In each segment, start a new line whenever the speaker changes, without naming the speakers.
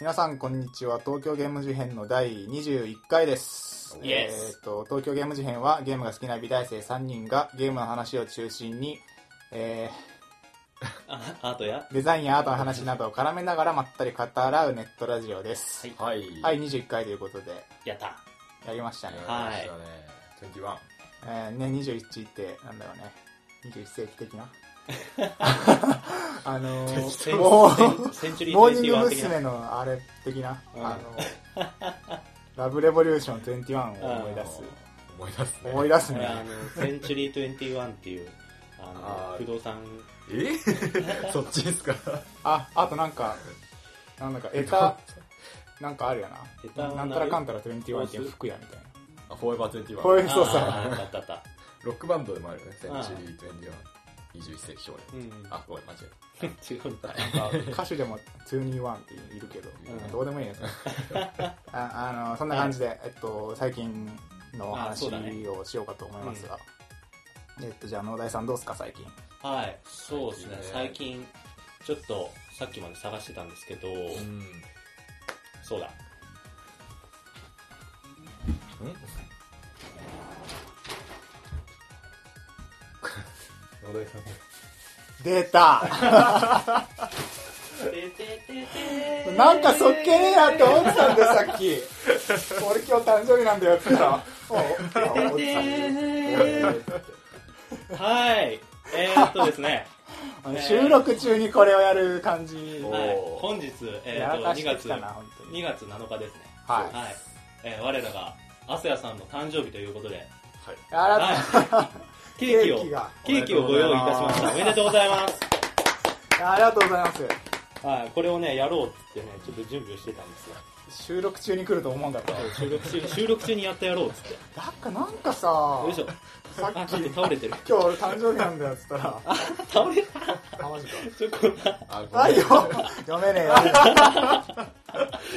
皆さんこんにちは東京ゲーム事変の第21回です、
Yes
えーと東京ゲーム事変はゲームが好きな美大生3人がゲームの話を中心に、え
あアートや
ーデザインやアートの話などを絡めながらまったり語らうネットラジオです
はい
はい。
はい、21回ということで
やった
やりましたね、
はい
やりましたね。21。
えーね21ってなんだろうね21世紀的なあの ー
セン
もう
センチュリー
モーニング
21的な
娘。のあれ的な、
うん
あのラブレボリューション21を思い出す
思い出すね。
思い出す
これあ
ね
のセンチュリー21っていうあ
あ
の
ー
不動産
え そっちです か
ああとなんかなんだかエタなんかあるや
エタ
な
は
なんたらかんたら21っていう服やみたい
あ、フォーエバー21。
こういう
あー
そうそう
あったあったあった
ロックバンドでもあるよね。センチュリー21。21世紀少
うん
年。
違
あ、ごめん、間違
うんだ
ななんか歌手でも221っているけど、
うん
どうでもいい ですああのそんな感じで、えっと、最近のお
あそ
話
うだね
をしようかと思いますが、えっとじゃあ農大さんどうですか最近
はいそうですね
最
最
近
近ちょっとさっきまで探してたんですけど
えた。 うん。
そうだ
野田井さん。
出た なんかそっけねえなって思ってたんだよさっき俺今日誕生日なんだよって言ったらおおおじさん
はいえー、っとですね
あの収録中にこれをやる感じ
おー
はい、本日、え
や
ー、
ら
と
か
2
してき
月
たな本当
2
に
月7日ですね
はい
えー我らがアセヤさんの誕生日ということで、
はい。
あら
はい、ケーキを
ケーキが
ケーキをご用意いたしましたおめでとうございます
ありがとうございます
はいこれをねやろうっつってねちょっと準備をしてたんですよ
収録中に来ると思うんだったよ
収 録中収録中にやってやろうっつってよ
だかなんかさ
いしょ
さ
あ
っき
ちょっと倒れてる
今日俺誕生日なんだよっつったら
倒れた
あマジか
ちょっと
あ、ご
あ
め
い
ん
よ読めね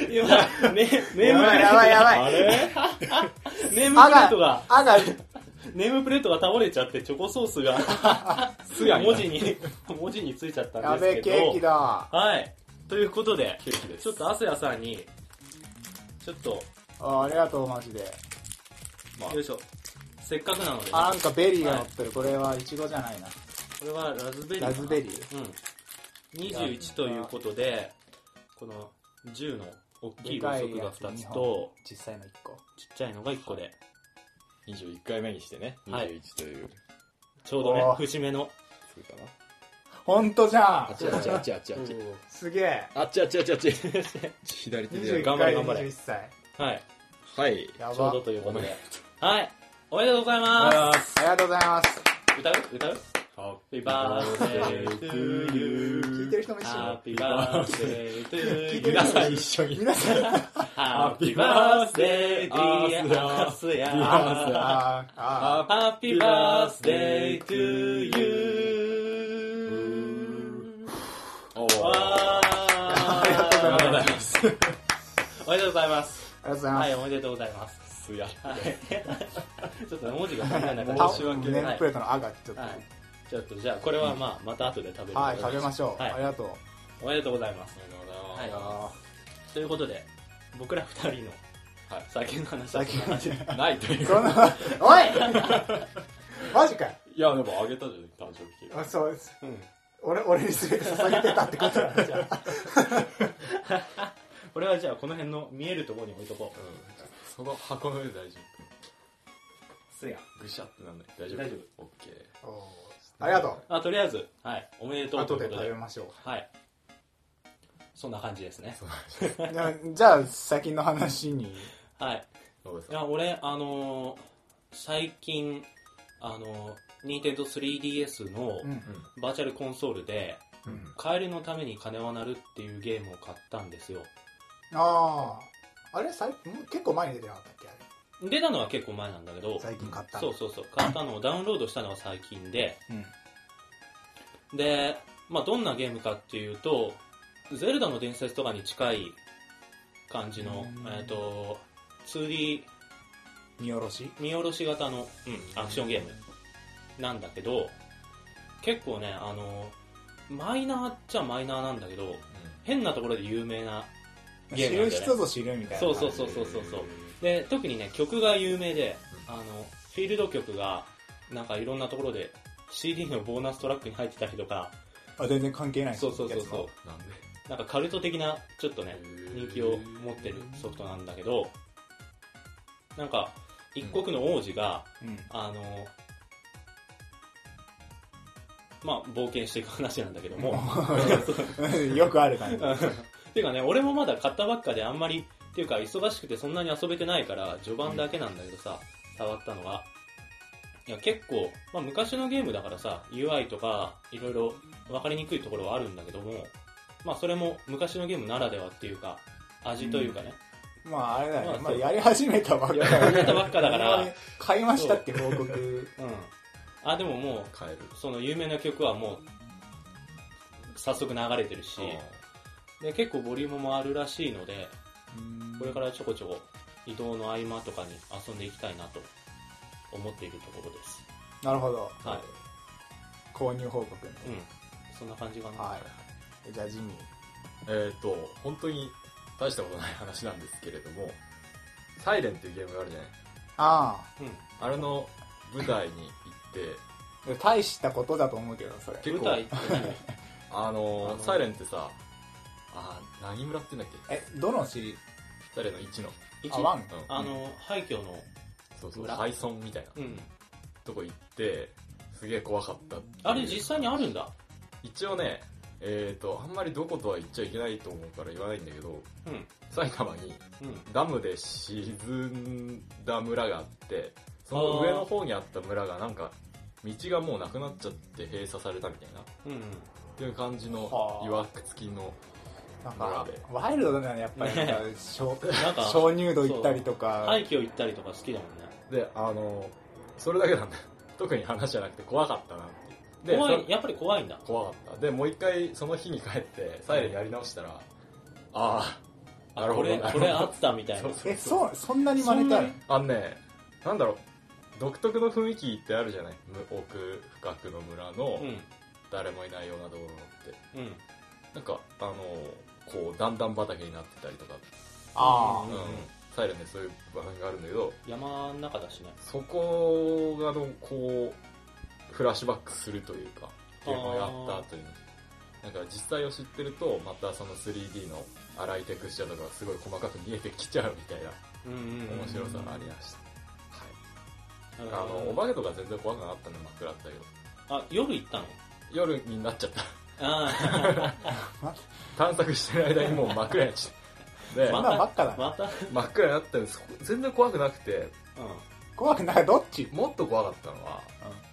えよ
今ねネームプレート
やばいやばい
あれ ネーム
あ
プレート
が
が
あが
ネームプレートが倒れちゃってチョコソースが
すやん
文字に文字についちゃった
や
んで
べえ
すけ
ケ
ど
ーキだ
はいということで
ケーキです。
ちょっとアセヤさんにちょっと、
あありがとうマジで
まあ
よいしょせっかくなので、ね、
あなんかベリーが乗ってるこれはイチゴじゃないな
これはラズベリーか
ラ
な
ズベリー
うん21ということでこの10の大きい
で
ろう
か
そ
い
く
や
が
つ
2
二
つ
本
と
実際の1個
ちっちゃいのが1個で
21回目にしてね。
はい
21という。
ちょうどね
おー
節目の
そうかな。
本当じゃ
あ
ん
っちあっちあっちあっちあっち。
すげえ
あっちあっ ちあっちあっち。左手で
21
やる。
頑張
回
れ
で
頑張れ
21歳
はい
はい。
や
ちょう
ば
どということではいおめでとうござい
あ
ま
ありがとうござい ます
す歌う歌う Happy birthday to you
聞いてる人も一緒
Happy birthday to
聞い
you
てる
皆さん一緒に。
皆さん
ハッピーバースデー、ディアアスヤ。
あーあ
ハッピーバースデー、トゥーユ
お
ー。
ー。
わー。。
ありがとうございます
おめでとうございます。
ーありがとうございま
はい、
す
おめでとうございます。
すや。
はい。 ちょっとね文字が考えなかった。
あ
申し訳
ネー
は
ない
ム
い
プレートのあがちょっと
はい。ちょっとじゃあ、これはまあ、また後で食べる。
はい食べましょう
はい
ありがとう
おめでとうございます。
は
はい
い。
あ
ということで、僕ら二人の
はい
酒の話
ー
は
最近マジで
ないという
そん なおいマジかよ
いや、でもあげたじゃん、誕生日ケ
あ
ー
そうです
うん。
俺俺にすべて捧げてたってことなんじゃ あ
これはじゃあこの辺の見えるところに置いとこ
キ。うん。その箱の上で大丈
うすや
夫。ぐしゃってなんない。大丈夫。
大丈
夫。オッケー。
おーありがと
あとりあえずはいおめで
う
とうとい
後で
うこ
食
と
べ
で
ましょ
はいそんな感じですね
そう
うじゃあじゃあ最近の話に
はい
どうです
い
か
や俺あのー最近あのー Nintendo3DS の
うん
バーチャルコンソールで
う
うんん。
「帰りのために金は鳴る」っていうゲームを買ったんですよ
あああれ最もう結構前に出てなかったっけあれ
出たのは結構前なんだけど
最近買った
そうそうそう買ったのをダウンロードしたのは最近で
うん
で、まあ、どんなゲームかっていうと「ゼルダの伝説」とかに近い感じの
うん、
えっと 2D
見下ろし
見下ろし型の、うん、アクションゲームなんだけど結構ねあのマイナーっちゃマイナーなんだけど変なところで有名なゲー
知
ムなん
る
だよね
人ぞ知るみたいな
そうそうそうそうそうそうで特にね曲が有名であのフィールド曲がなんかいろんなところで CD のボーナストラックに入ってたりとか
あ全然関係ない
そうそうそう
やつの
そ
なんで
うなんかカルト的なちょっとね人気を持ってるソフトなんだけどなんか一国の王子が、
うん
あのまあ冒険していく話なんだけども
うんよくある感じ。
っていうかね俺もまだ買ったばっかであんまりっていうか忙しくてそんなに遊べてないから序盤だけなんだけどさ、触ったのはいや結構、まあ、昔のゲームだからさ UI とかいろいろ分かりにくいところはあるんだけどもまあそれも昔のゲームならではっていうか味というかね、
まああれだよね。ま
ま
あ
あそう
やり始めたばっか
いや
だ
始めたばっかだから
買いましたって報告。
うんあでもも
帰る
うその有名な曲はもう早速流れてるしで結構ボリュームもあるらしいのでこれからちょこちょこ移動の合間とかに遊んでいきたいなと思っているところです。
なるほど。
はい。
購入報告ね。
うん。そんな感じかな。
はい。じゃあジミー。
えっ、ー、と本当に大したことない話なんですけれども「サイレンっていうゲームがあるじゃない
あ
うん。
あれの舞台に行って
あ。大したことだと思うけど、それ。
結
舞
構
台って何
あの
あ
ー
のー
サイレンってさあー何村って言うんだっけ
え、どのシリーズ
サイレンの1の、
一
あ、ワン
うん
あの、廃墟の、
そうそう
村
廃村みたいな
うん。
とこ行ってすげえ怖かったっていう
あれ実際にあるんだ。
一応ねえっ、ー、とあんまりどことは言っちゃいけないと思うから言わないんだけど
うん。
埼玉に
うん。
ダムで沈んだ村があってその上の方にあった村がなんか道がもうなくなっちゃって閉鎖されたみたいな
うん。
っていう感じの
はあ
いわくつきの
なん
村
か
で、
ワイルドだね、やっぱり。
ね
なんかしょ
なん か、
鍾乳洞行ったりとか
廃。墟行ったりとか好きだもんね。
であのそれだけなんだよ 特に話じゃなくて怖かったなっていうで
怖
そ
い、
れ
やっぱり怖いんだ。
怖かったでもう一回その日に帰ってサイレンやり直したら、ああ
あ、
なるほ
こ
ど
れ、
な
これあったみたいな
そう。そう
え、そう、そんなに真似たい
あのねなんだろう独特の雰囲気ってあるじゃないむ奥深くの村の
うん。
誰もいないようなところって、
うん。
なんかあのこう段々畑になってたりとか、
あ
う
うん
んサイレンでそういう場面があるんだけど
山の中だしね。
そこがのこうフラッシュバックするというかゲームをやった後になんか実際を知ってるとまたその 3D の荒いテクスチャーとかがすごい細かく見えてきちゃうみたいな
うんうんうん。
面白さがありました、はい
うん
あのお化けとか全然怖くなかったの真っ暗だったけど
あ、夜行 ったの
夜になっちゃった
あ
探索してる間にもう真っ暗になっちゃったで、
そんなんばっかだね。
あ、また、うん。
真っ暗になったんです全然怖くなくて
怖くない、どっち
もっと怖かったのは、
うん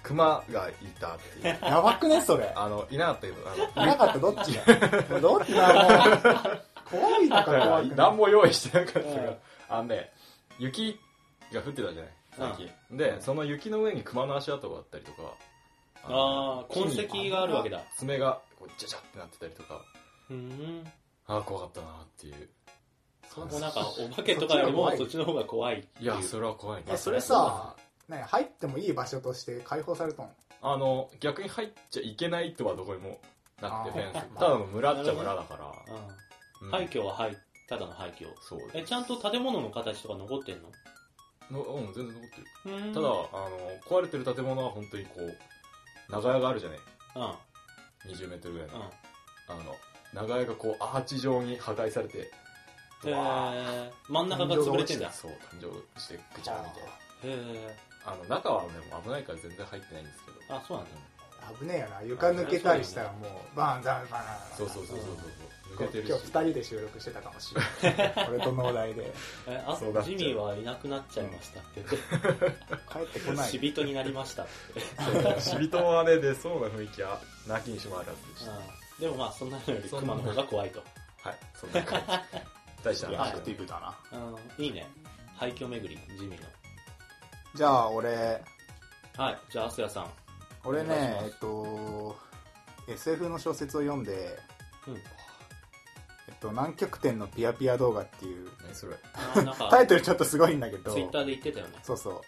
クマがいたっていう
やばくね、それ。
あのいなかったけどあの
なかった、どっちだどっちだ、もう。怖いのか、怖くな
何も用意してなかったか
うん
ら、あのね、雪が降ってたじゃない、最近。で、その雪の上に熊の足跡があったりとか、
ああ、
木
痕
に
跡があるわけだ。
爪がこうジャジャってなってたりとか、
うん。
ああ、怖かったなっていう。
そもうなんか、お化けとかよりもそっちの方が怖いってい
い
う。
や、それは怖い
い。や、それ
そうだ
さ、ね、入ってもいい場所として開放されたの。
あの、逆に入っちゃいけないとはどこにもなくて、
あ
フ
ー
ェンス。ただの村っちゃ村だから。
う
うんん
廃墟は廃、ただの廃墟。
そう。
え、ちゃんと建物の形とか残ってんの
のうん、全然残ってる。
うーん
ただ、あの、壊れてる建物は本当にこう、長屋があるじゃない
うん、うん。
20メートルぐらいの。あの、長屋がこう、アーチ状に破壊されて、
へえ真ん中が潰れてんだ。へ
そう、誕生してぐちゃみたいな。
え
あの、中はね、もう危ないから全然入ってないんですけど。
あ、そうなんだ。
危ねえよな。床抜けたりしたらもう、バーン、ザン、バーン。
そうそうそうそうそう。抜けてる
今
し
日。二人で収録してたかもしれない。俺と農大で。
え、あ
そうな、っちゃ
ジ
う
ミーはいなくなっちゃいましたって言って
帰ってこな
死
い。
人になりましたって。
死人はね、出そうな雰囲気は、なきにしもあらずでした。
うん。でもまあ、そんなのより
そん
熊
な
の方が怖いと。
はい、そんな感じ。大した話
ア
だ
ク
ね
ティブだな。
うん。いいね。廃墟巡り、ジミー
じゃあ、俺、
の。はい。じゃあ、アス ヤさん。
俺
お願いし
ね
ま、
えっと、SF の小説を読んで、
うん。
えっと、南極点のピアピア動画っていう、
何それ。
あーなん
タ
か
イ、トルちょっとすごいんだけど、
ツイッターで言ってたよね。
そうそう。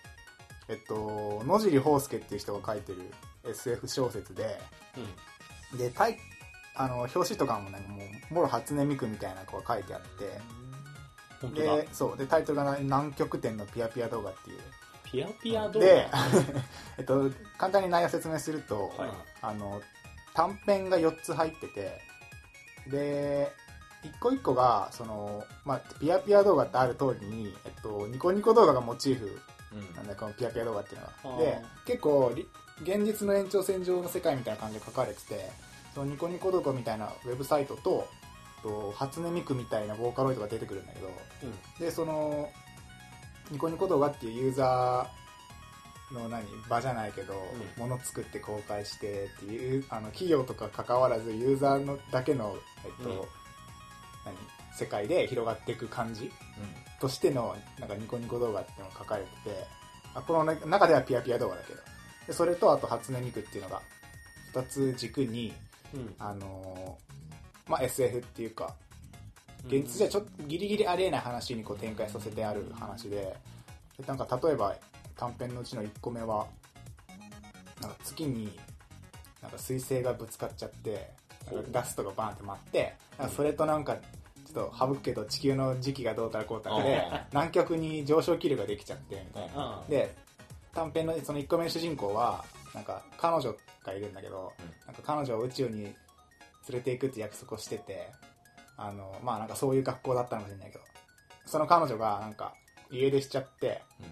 えっと、野尻宝介っていう人が書いてる SF 小説で、
うん。
で、タイ、あの表紙とかもねもうもろ初音ミクみたいな子が書いてあって
本当だ
でそうでタイトルが、南極点のピヤピヤ動画」っていう
ピアピア動画
で、 えっと、簡単に内容説明すると、
はい
あの短編が4つ入っててで一個一個がその、まあ、ピアピア動画ってある通りに、えっと、ニコニコ動画がモチーフなんだこのピアピア動画っていうの
あー
はで結構り現実の延長線上の世界みたいな感じで書かれててそのニコニコ動画みたいなウェブサイトとえっと初音ミクみたいなボーカロイドが出てくるんだけど、
うん
でそのニコニコ動画っていうユーザーの何場じゃないけど、
う
もの作って公開してっていうあの企業とか関わらずユーザーのだけの、えっと
うん
何世界で広がっていく感じとしてのなんかニコニコ動画っていうのが書かれててあこのね中ではピヤピヤ動画だけどでそれとあと初音ミクっていうのが2つ軸に、
うん
あのーまあ、SF っていうか現実じゃちょっとギリギリありえない話にこう展開させてある話ででなんか例えば短編のうちの1個目はなんか月になんか彗星がぶつかっちゃってなんかガストがバーンって舞ってなんかそれとなんかちょっと省くけど地球の時期がどうたらこうたらで
あ
南極に上昇気流ができちゃってみたいな
ああ
で短編のその1個目の主人公はなんか彼女がいるんだけど、
うん
なんか彼女を宇宙に連れていくって約束をしててあのまあなんかそういう学校だったのかもしれないけどその彼女がなんか家出しちゃって、
うん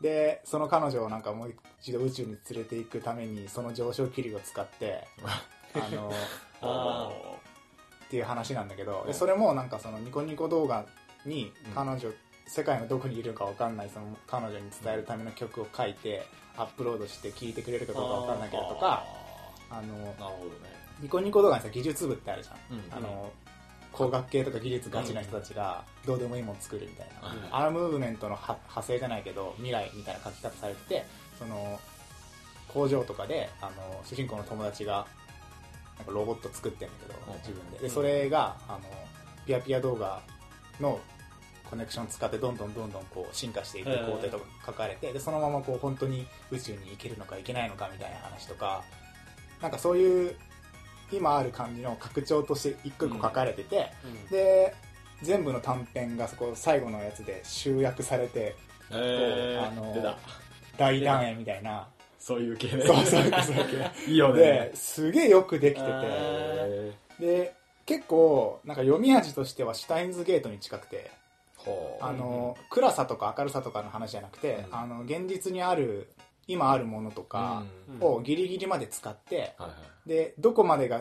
でその彼女をなんかもう一度宇宙に連れていくためにその上昇気流を使ってあ の
あ
っていう話なんだけど
うん
でそれもなんかそのニコニコ動画に彼女、世界のどこにいるかわかんないその彼女に伝えるための曲を書いてアップロードして聴いてくれるかどうかわかんないけどとかあの
なるほどね
ニコニコ動画にさ技術部ってあるじゃん、
うん
あの工学系とか技術ガチな人たちがどうでもいいもの作るみたいな、あのムーブメントのは派生じゃないけど未来みたいな書き方されててその工場とかであの主人公の友達がなんかロボット作ってんだけど、
うん
自分で
うん
でそれがあのピアピア動画のコネクション使ってどんどんどんどんこう進化していく
へー
工程とか書かれてでそのままこう本当に宇宙に行けるのか行けないのかみたいな話とかなんかそういう今ある感じの拡張として一個一個書かれてて、
うん
で全部の短編がそこ最後のやつで集約されて
え
あの
ー出た
大団円みたい な
そういう系ね
そうそうそうそう
いいよね
ですげえよくできて
あ
へ
てで結構なんか読み味としてはシュタインズゲートに近くて
ーほう
あの暗さとか明るさとかの話じゃなくて、
うん
あの現実にある今あるものとか
うん
をギリギリまで使って、
はいはい
でどこまでが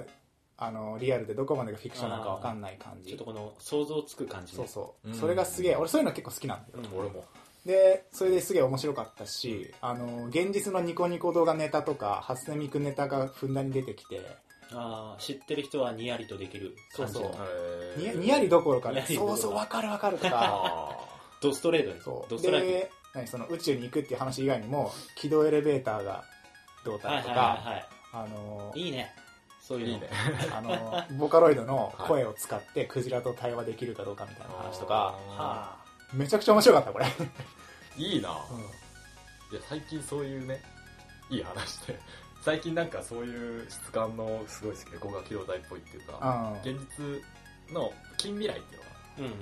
あのリアルでどこまでがフィクションなのかわかんない感
ちょ
じ
っとこの想像つく感じ
そう
ね
そう、
うん
それがすげえ俺そういうの結構好きなんだよ、
うん
俺も
でそれですげえ面白かったしあの現実のニコニコ動画ネタとか初音ミクネタがふんだんに出てきて
ああ知ってる人はにやりとできる感じ
そう
の
そう
へ
に
ー
にやりどころかね
にやりどこ
そうそう
ろか
わかるわかると か
あ
ドストレートです
そ
ド
う
ストライク
で何その宇宙に行くっていう話以外にも軌道エレベーターがどうた
は
ら
い
と
は
か、
いは
あの
いいいねそう
ー
い
いうい
の
ね
あのボーカロイドの声を使ってクジラと対話できるかどうかみたいな話とか
あ
は
めちゃくちゃ面白かったこれ、
ーいいな、いや最近そういうねいい話で最近なんかそういう質感のすごい好きで語学兄弟っぽいっていうか
うん
現実の近未来っていうのか
あうんうん
な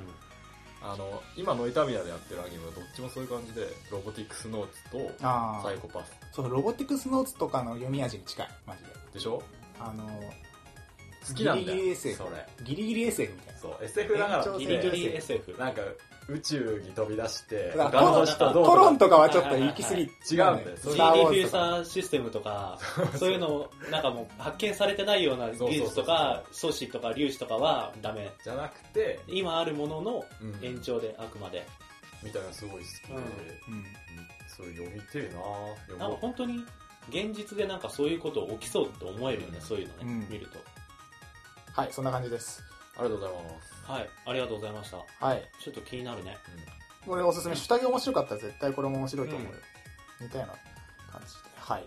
あの今ノイタミヤでやってるアニメはどっちもそういう感じでロボティックスノーツと
あ
サイ
あ
コパス
そうロボティクスノーツとかの読み味に近いマジで
でしょ
あの
好きなんだよ
ギリギリ SF
それ
ギリギリ SF みたいな
そう SF だからっ
そう
ギ
延長戦
リギ
て
リ SF
なんか宇宙に飛び出して
だか
他
ら
の人どう
トロン
と
とかはちょっと行き過ぎ
違うんだよ
スタ
そう
ー・
シ
ウ
ーディフ
ォー
ュー
ズと
サ
か
ーシステムとか、そういうのを、なんかもう発見されてないような技術とか、素子とか粒子とかはダメ。
じゃなくて、
今あるものの
うん
延長で、あくまで。
みたいなすごい好きで、
うん
うん
それ読みてえな読
なんか
もう
本当に、現実でなんかそういうこと起きそうって思えるよね、そういうのね、
うん
見ると。
はいそんな感じです
ありがとうございます
はい、ありがとうございました。
はい
ちょっと気になるね。
これおすすめ下着面白かったら絶対これも面白いと思うよ、似たような感じではい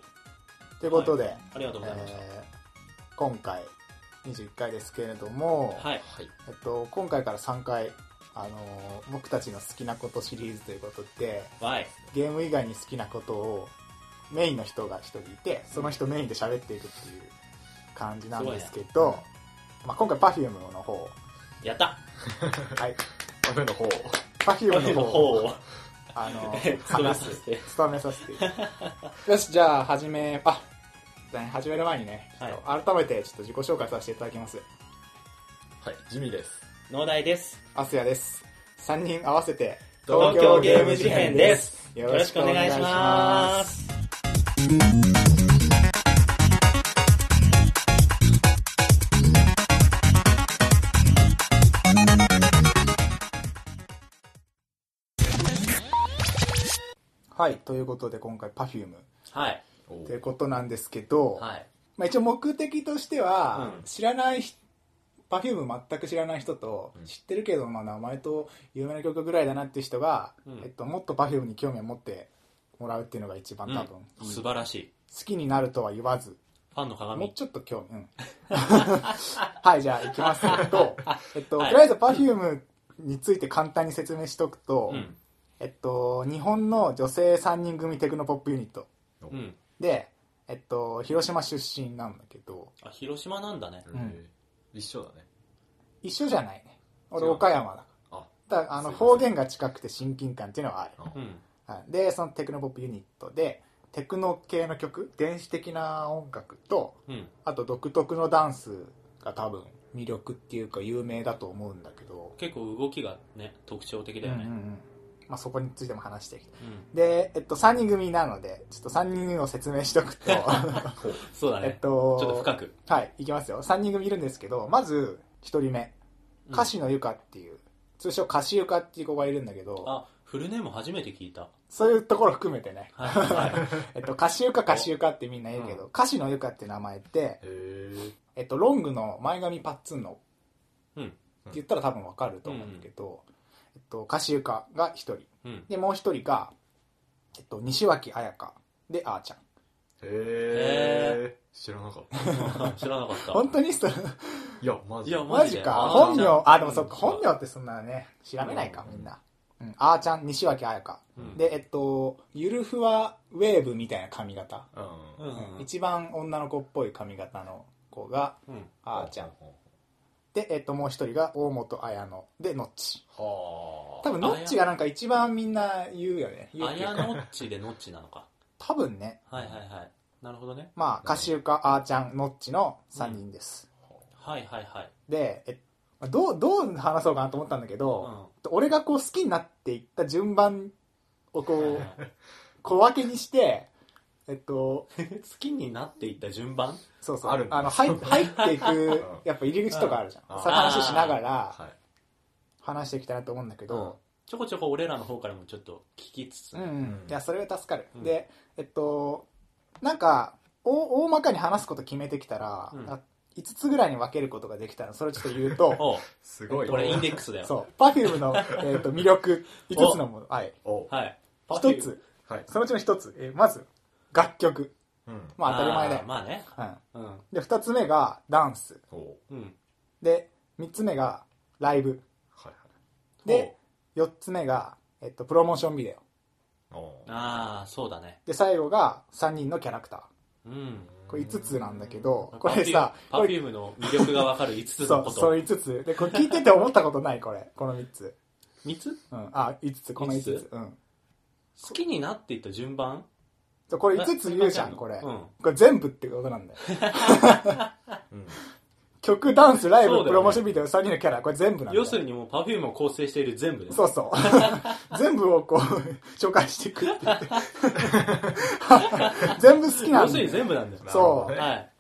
ということで、
ありがとうございました。
えー今回21回ですけれども、
はい、
はい
えっと、今回から3回、あのー僕たちの好きなことシリーズということで
はい。
ゲーム以外に好きなことをメインの人が1人いてその人メインで喋っていくっていう感じなんですけど、まあ、今回 Perfume の方、
やった
はい、
パフェの方
Perfume の
の
方
方
を
を
あの
務めさせて。
務めさせてよしじゃあ始めあじゃあ始める前にね、ちょっと改めてちょっと自己紹介させていただきます
はい地味です
農大です。
アスヤです3人合わせて
東京ゲーム事変です
よ
よろしくお願いします。
はいということで今回 Perfume
はい。
お
ということなんですけど、
はい。
まあ、一応目的としては、
うん
知らない人 Perfume 全く知らない人と、
うん
知ってるけど、まあ、名前と有名な曲ぐらいだなっていう人が、
うん
えっと、もっと Perfume に興味を持ってもらうっていうのが一番多分、
うん
いい
素
好
晴らしい。
きになるとは言わず
ファンの
もう
鏡。
ちょっと興 味、うん、はいじゃあ行きますけど、えっと
はい
とりあえず Perfume について簡単に説明しとくと、
うん。
えっと、日本の女性3人組テクノポップユニット
うん。
で、えっと、広島出身なんだけど
あ、広島なんだね。
うん
うん
一緒だね
一緒じゃないね俺
違う
岡山だか
あ
らただあの
すいません
方言が近くて親近感っていうのはある
あ
うん。
はいでそのテクノポップユニットでテクノ系の曲電子的な音楽と
うん。
あと独特のダンスが多分魅力っていうか有名だと思うんだけど、
結構動きがね、特徴的だよ
うん
ね。
うんうんまあ、そこについても話していきたい
うん。
で、えっと、3人組なのでちょっと3人組を説明しとくと
そうだ
え
ね
っ。
ち
と
ょっと深く。
はい、いきますよ。3人組いるんですけど、まず1人目、
うん
歌手のゆかっていう、通称歌手ゆかっていう子がいるんだけど、
あ、フルネーム初めて聞 いた。
そういうところ含めて ね、
はい。はい
えっと、歌手ゆか歌手ゆかってみんな言うけど、歌手のゆかって名前って、
へえ
えっと、ロングの前髪パッツンの、
うん
って言ったら多分わかると思うんだけど、えっと、歌手ゆかが1人。
うん。
で、もう1人が、えっと、西脇彩香。で、あーちゃん。
へえ知らなかった
知らなかった。
本当にその、
いやマジ
いや マ
マ
ジ
ジ
で
か。
あー
本
ちゃん
名、あ、でもそっか、
うん
本名ってそんなね、調べないか、
うん
みんな。うん、あーちゃん、西脇彩香。
うん
で、えっと、ゆるふわウェーブみたいな髪型。
うん
うん
うん一番女の子っぽい髪型の子が
うん。
あーちゃん。
は
で、えっと、もう一人が大本彩乃。で、ノッチ。
あ
多分、ノッチがなんか一番みんな言うよね。言うっ
あ
ていう
や
か
のっちでのっちなのか。
多分ね、
はいはいはい。なるほどね。
まあ、歌手か、あーちゃん、ノッチの3人です。
はいはいはい。
で、えどう、どう話そうかなと思ったんだけど、俺がこう好きになっていった順番を
うん
こう小分けにして、えっと、
好きになっていった順番
そうそう、
あるんだ
あの入っ入っていく、やっぱ入り口とかあるじゃ。
うんん
そういう話しなが
あ
ら
はい
話していきたいなと思うんだけど、
ちょこちょこ俺らの方からもちょっと聞きつつ
うん、う。
うん
ん、いや、それが助かる。
うん
で、えっと、なんか、お大まかに話すこと決めてきたら、
うん
なんか5つぐらいに分けることができたら、それをちょっと言う と、
おう
すごい
これインデックスだよ。
そう、Perfume の、えっと、魅力、5つのもの、はい。
お
はい。
1つ、
はい
そのうちの1つ、えーまず、楽曲。
うん
まあ当たり前だよ
あー。まあね。
うん
うん。
で2つ目がダンス
おはい
うん。
で3つ目がライブ
はい
で4つ目が、えっと、プロモーションビデオ
お
ああ、そうだね。
で最後が3人のキャラクター
うん。
これ5つなんだけどこ
パ
れ
フュ
さ
パ
こ
フ
れ
ュームの魅力がわかる5つ
そ
のこ
うそう
と。
5つでこれ聞いてて思ったことないこれこの3つ、
3つ
うん、あ5つこの5つ
五つ
うん
好きになっていった順番
そうこれ5つ言うじゃ
あ
んこれ、
うん
これ全部ってことなんだよ
うん
曲ダンスライ
そ
ブ、
うだよね
プロモーションビデオ3人のキャラこれ全部なんだよ
要するにもうパフュームを構成している全部です。
そうそう 全部をこう紹介していくって 言って全部好きな
要
ん
す
だ
る
よ
に全部なんだよ。
そう
なるほどね
はい。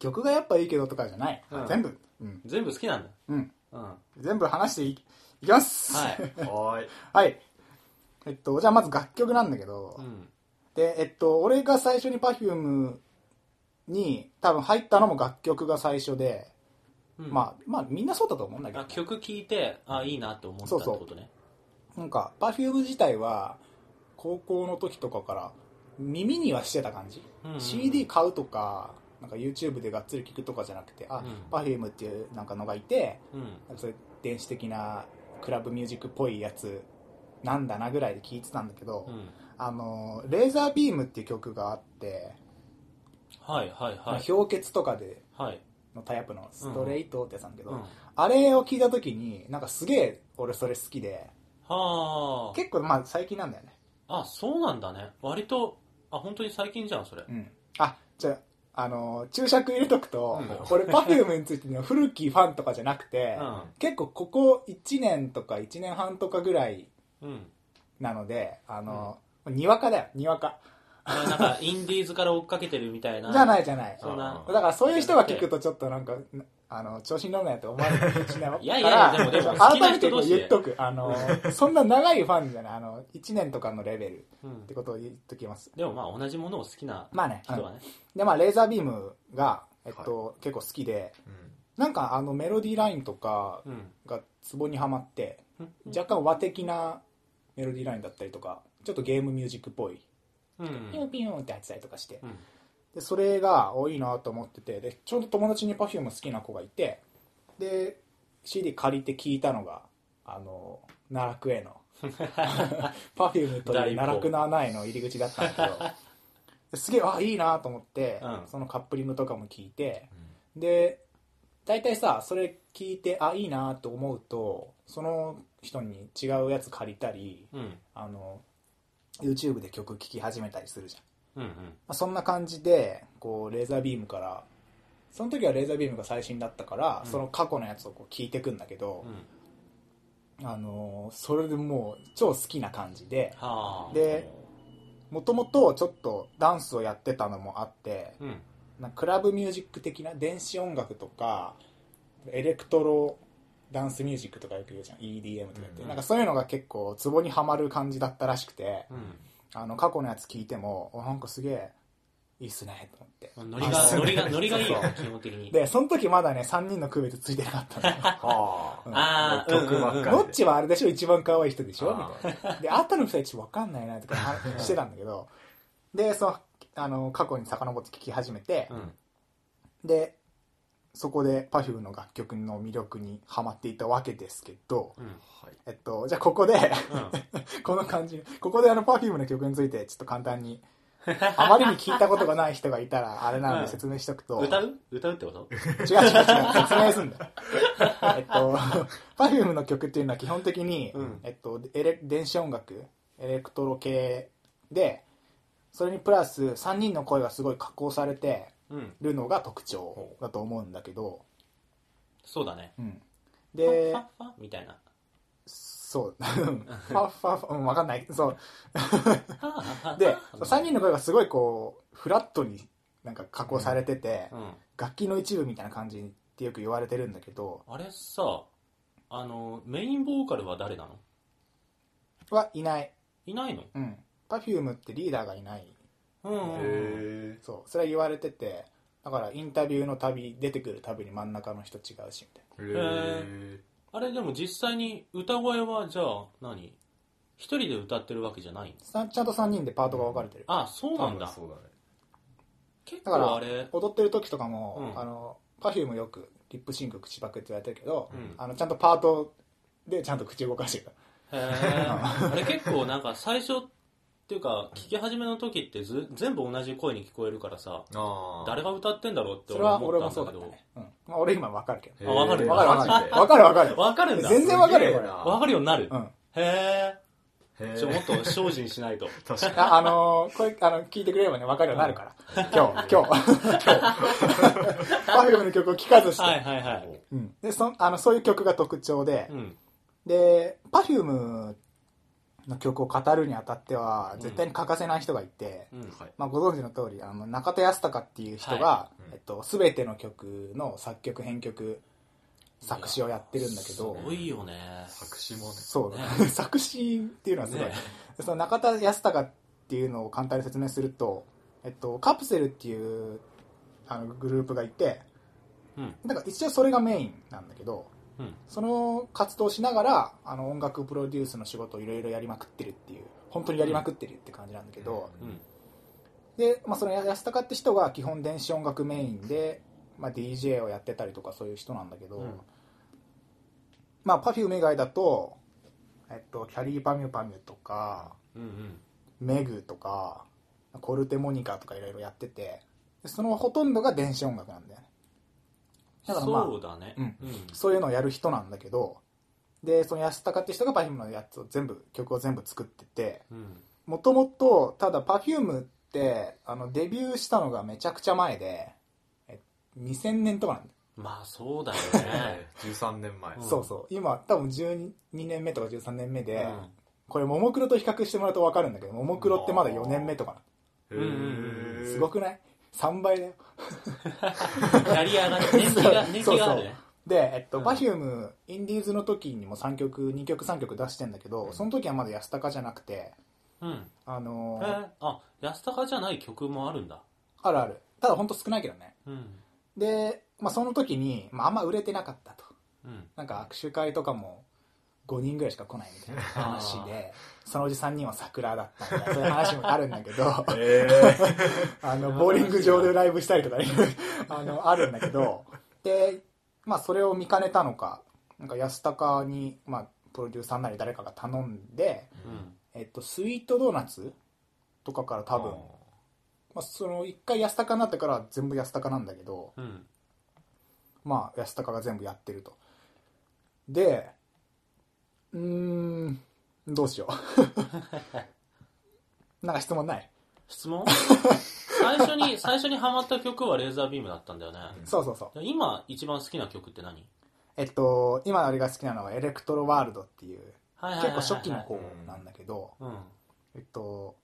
曲がやっぱいいけどとかじゃない、
うん
全部、うん
全部好きなんだ。
うん、
うん。は
全部話していいきます
い。
はーい
はい、えっとじゃあまず楽曲なんだけど、
うん。
でえっと俺が最初に Perfume に多分入ったのも楽曲が最初で、
うん
まあまあみんなそうだと思うんだけど
あ曲聴いてあいいなと思ったってことね
なんか Perfume 自体は高校の時とかから耳にはしてた感じ、
うんうんうん
CD 買うとかなんか YouTube でがっつり聴くとかじゃなくてあ、
うん
Perfume っていうなんかのがいて
うん
なんかそういう電子的なクラブミュージックっぽいやつなんだなぐらいで聞いてたんだけど、
うん
あの「レーザービーム」っていう曲があって、
はいはいはい
氷結とかで
はい
のタイアップのストレイトってやつなんだけど、
うん。は
あれを聞いた時になんかすげえ俺それ好きで
あ。
結構まあ最近なんだよね
あ、そうなんだね。割と、あ、本当に最近じゃん、それ。
うんあじゃああのー注釈入れとくと、
うん
俺パフュームについての古きファンとかじゃなくて、
う
結構ここ1年とか1年半とかぐらい
ん。うん。
なのであのー、にわかだよにわか
あなんか、インディーズから追っかけてるみたいな。
じゃ
い。
ないじゃない
そんな
だ。からそういう人が聞くとちょっとなんかなあの調子に乗るなやと思われるかもしれない
いやいやいやでもでも
改めて
好
こ
きな人同
う
士で
言っとくあのそんな長いファンじゃないあの1年とかのレベル
う
っ
ん
て。ことを言っときます
でもまあ、同じものを好きな
まあね、うん
人はね。
でまあレーザービームが、えっと結構好きでなんかあのメロディーラインとか
うん。
がツボにはまって
うん
若干和的なメロディーラインだったりとかちょっとゲームミュージックっぽい
うん。
ピュンピュンってやってたりとかして
うん。
でそれが多いなと思っててでちょうど友達に Perfume 好きな子がいてで CD 借りて聞いたのがあの奈落へ の Perfume という奈落の穴への入り口だったんだけどですげえあいいなと思って、
うん
そのカップリングとかも聞いてで大体さそれ聞いてあいいなと思うとその人に違うやつ借りたり
うん。
あの YouTube で曲聴き始めたりするじゃん
うん。うん。
まあ、そんな感じでこうレーザービームからその時はレーザービームが最新だったから、
うん
その過去のやつをこう聞いてくんだけど
う、ん。
あのーそれでもう超好きな感じで
はあ。
でもともとちょっとダンスをやってたのもあって
うん。
なんかクラブミュージック的な電子音楽とかエレクトロダンスミュージックとかよく言うじゃん EDM とか言って、
うんうん
なんかそういうのが結構ツボにはまる感じだったらしくて、
うん。
あの過去のやつ聞いてもおなんかすげえいいっすねと思って
ノリが、ノリが、ノリがいいよ、基本的に。
で、その時まだね、3人の区別ついてなかったの
はあ
ああ、
曲ばっかり
ノッチはあれでしょ、一番可愛い人でしょ
あ
みたいな。で、あとの二人ちょっとわかんないなとか話してたんだけど、で、その、あの、過去に遡って聞き始めて
う、ん。
で、そこで Perfume の楽曲の魅力にハマっていたわけですけど、
うん。
はい
えっと、じゃあここで、
うん。
この感じ、ここであの Perfume の曲についてちょっと簡単に、あまりに聞いたことがない人がいたら、あれなんで説明しとくと。
歌う歌うってこと
違う違う違う、説明すんだ。えっと、Perfume の曲っていうのは基本的に、
うん
えっと、エレ電子音楽、エレクトロ系で、それにプラス3人の声がすごい加工されて
うん。
るのが特徴だと思うんだけど、
そうだね。
うん、
フ
で
ァ、ッファッみたいな。
そう、うんファファファ、うん、わかんない。そう。
はあ
で、3人の声がすごいこう、フラットになんか加工されてて、
うん。
楽器の一部みたいな感じってよく言われてるんだけど、
あれさ、あの、メインボーカルは誰なの
はいない。
いないの
うん、Perfume ってリーダーがいない
うんうんうん。
へ
そうそれは言われててだからインタビューの旅出てくるたびに真ん中の人違うしみたい
え
へ
へ
あれでも実際に歌声はじゃあ何一人で歌ってるわけじゃないんです
なさちゃんと3人でパートが分かれてる
あ、そうなんだ。
そうだね
結
だか
構あ
ら
れ、
踊ってる時とかも、
うん
あの Perfume よくリップシンク口パクって言われてるけど、
うん
あのちゃんとパートでちゃんと口動かしてる
へーあれ結構なんか最初っていうか、聞き始めの時ってず全部同じ声に聞こえるからさ、
あ
誰が歌ってんだろうって
それは
思
俺
っ
も
た
そ
ん
うだ
だ
っ
け
たね、
ど。
うんまあ、俺今分かるけど
あわかる
分かる分かる分かる分かる
わかるんだ。
全然分かるよこれは
わかるようになる。
うん
へ
る
え。ちょ、もっと精進し ないと。
確かに
ああのーこれあの聞いてくれればね分かるようになるから、今日今 日今日 Perfume の曲を聴かずして、
はいはいはい。
うん、でそあのそういう曲が特徴で、
うん。
で Perfume の曲を語るにあたっては絶対に欠かせない人がいて、
うん。
はい
まあ、ご存知の通りあの中田康隆っていう人が、
は
うん
えっと、全ての曲の作曲編曲作詞をやってるんだけど
すごいよね。
作詞もね
そう、
ね
作詞っていうのはすごい、
ね
その中田康隆っていうのを簡単に説明すると、えっと、カプセルっていうあのグループがいて
うん。
だから一応それがメインなんだけど
うん。
その活動をしながらあの音楽プロデュースの仕事をいろいろやりまくってるっていう本当にやりまくってるって感じなんだけど、
うん。
で、まあ、その安高って人が基本電子音楽メインで、まあ、DJ をやってたりとかそういう人なんだけど、
うん
まあ Perfume 以外だと、えっと、キャリーパミュパミュとか
うんうん。
メグとかコルテモニカとかいろいろやっててでそのほとんどが電子音楽なんだよねだからまあ
そうだね。
うん
うん。
そういうのをやる人なんだけどでその安高って人が Perfume のやつを全部曲を全部作ってて
うん。
もともとただ Perfume ってあのデビューしたのがめちゃくちゃ前でえ2000年とかなんだよ
まあ、そうだよ ね。
13年前。
うん
そうそう今多分12年目とか13年目で、
うん
これももクロと比較してもらうと分かるんだけどももクロってまだ4年目とか
うんうん
な
う
の
へー
すごくない3倍だよ
キャリアがね、年季が、年季があるね。
で、えっと、
うん
Perfume、インディーズの時にも3曲、2曲、3曲出してんだけど、
うん
その時はまだ安高じゃなくて、
うん。
あの
え
ー
ー、あ、安高じゃない曲もあるんだ。
あるある。ただほんと少ないけどね。
うん。
で、まあその時に、まああんま売れてなかったと。
うん。
なんか握手会とかも5人ぐらいしか来ないみたいな話で、そのうち3人は桜だったみたいな、そういう話もあるんだけど、
え
あの、ボーリング場でライブしたりとか、 あの、あるんだけど、で、まあ、それを見かねたのか、なんか安高に、まあ、プロデューサーなり誰かが頼んで、
うん。
えっと、スイートドーナツとかから 多分、まあ、その、一回安高になってから全部安高なんだけど、
うん。
まあ、安高が全部やってると。で、うーん、どうしよう。 なんか質問ない
質問最初に、最初にハマった曲はレーザービームだったんだよね。
そうそうそう。
今、一番好きな曲って何
えっと、今あれが好きなのはエレクトロワールドっていう、
はいはいはい
結
はい
構初期の方なんだけど、
うん。
えっと、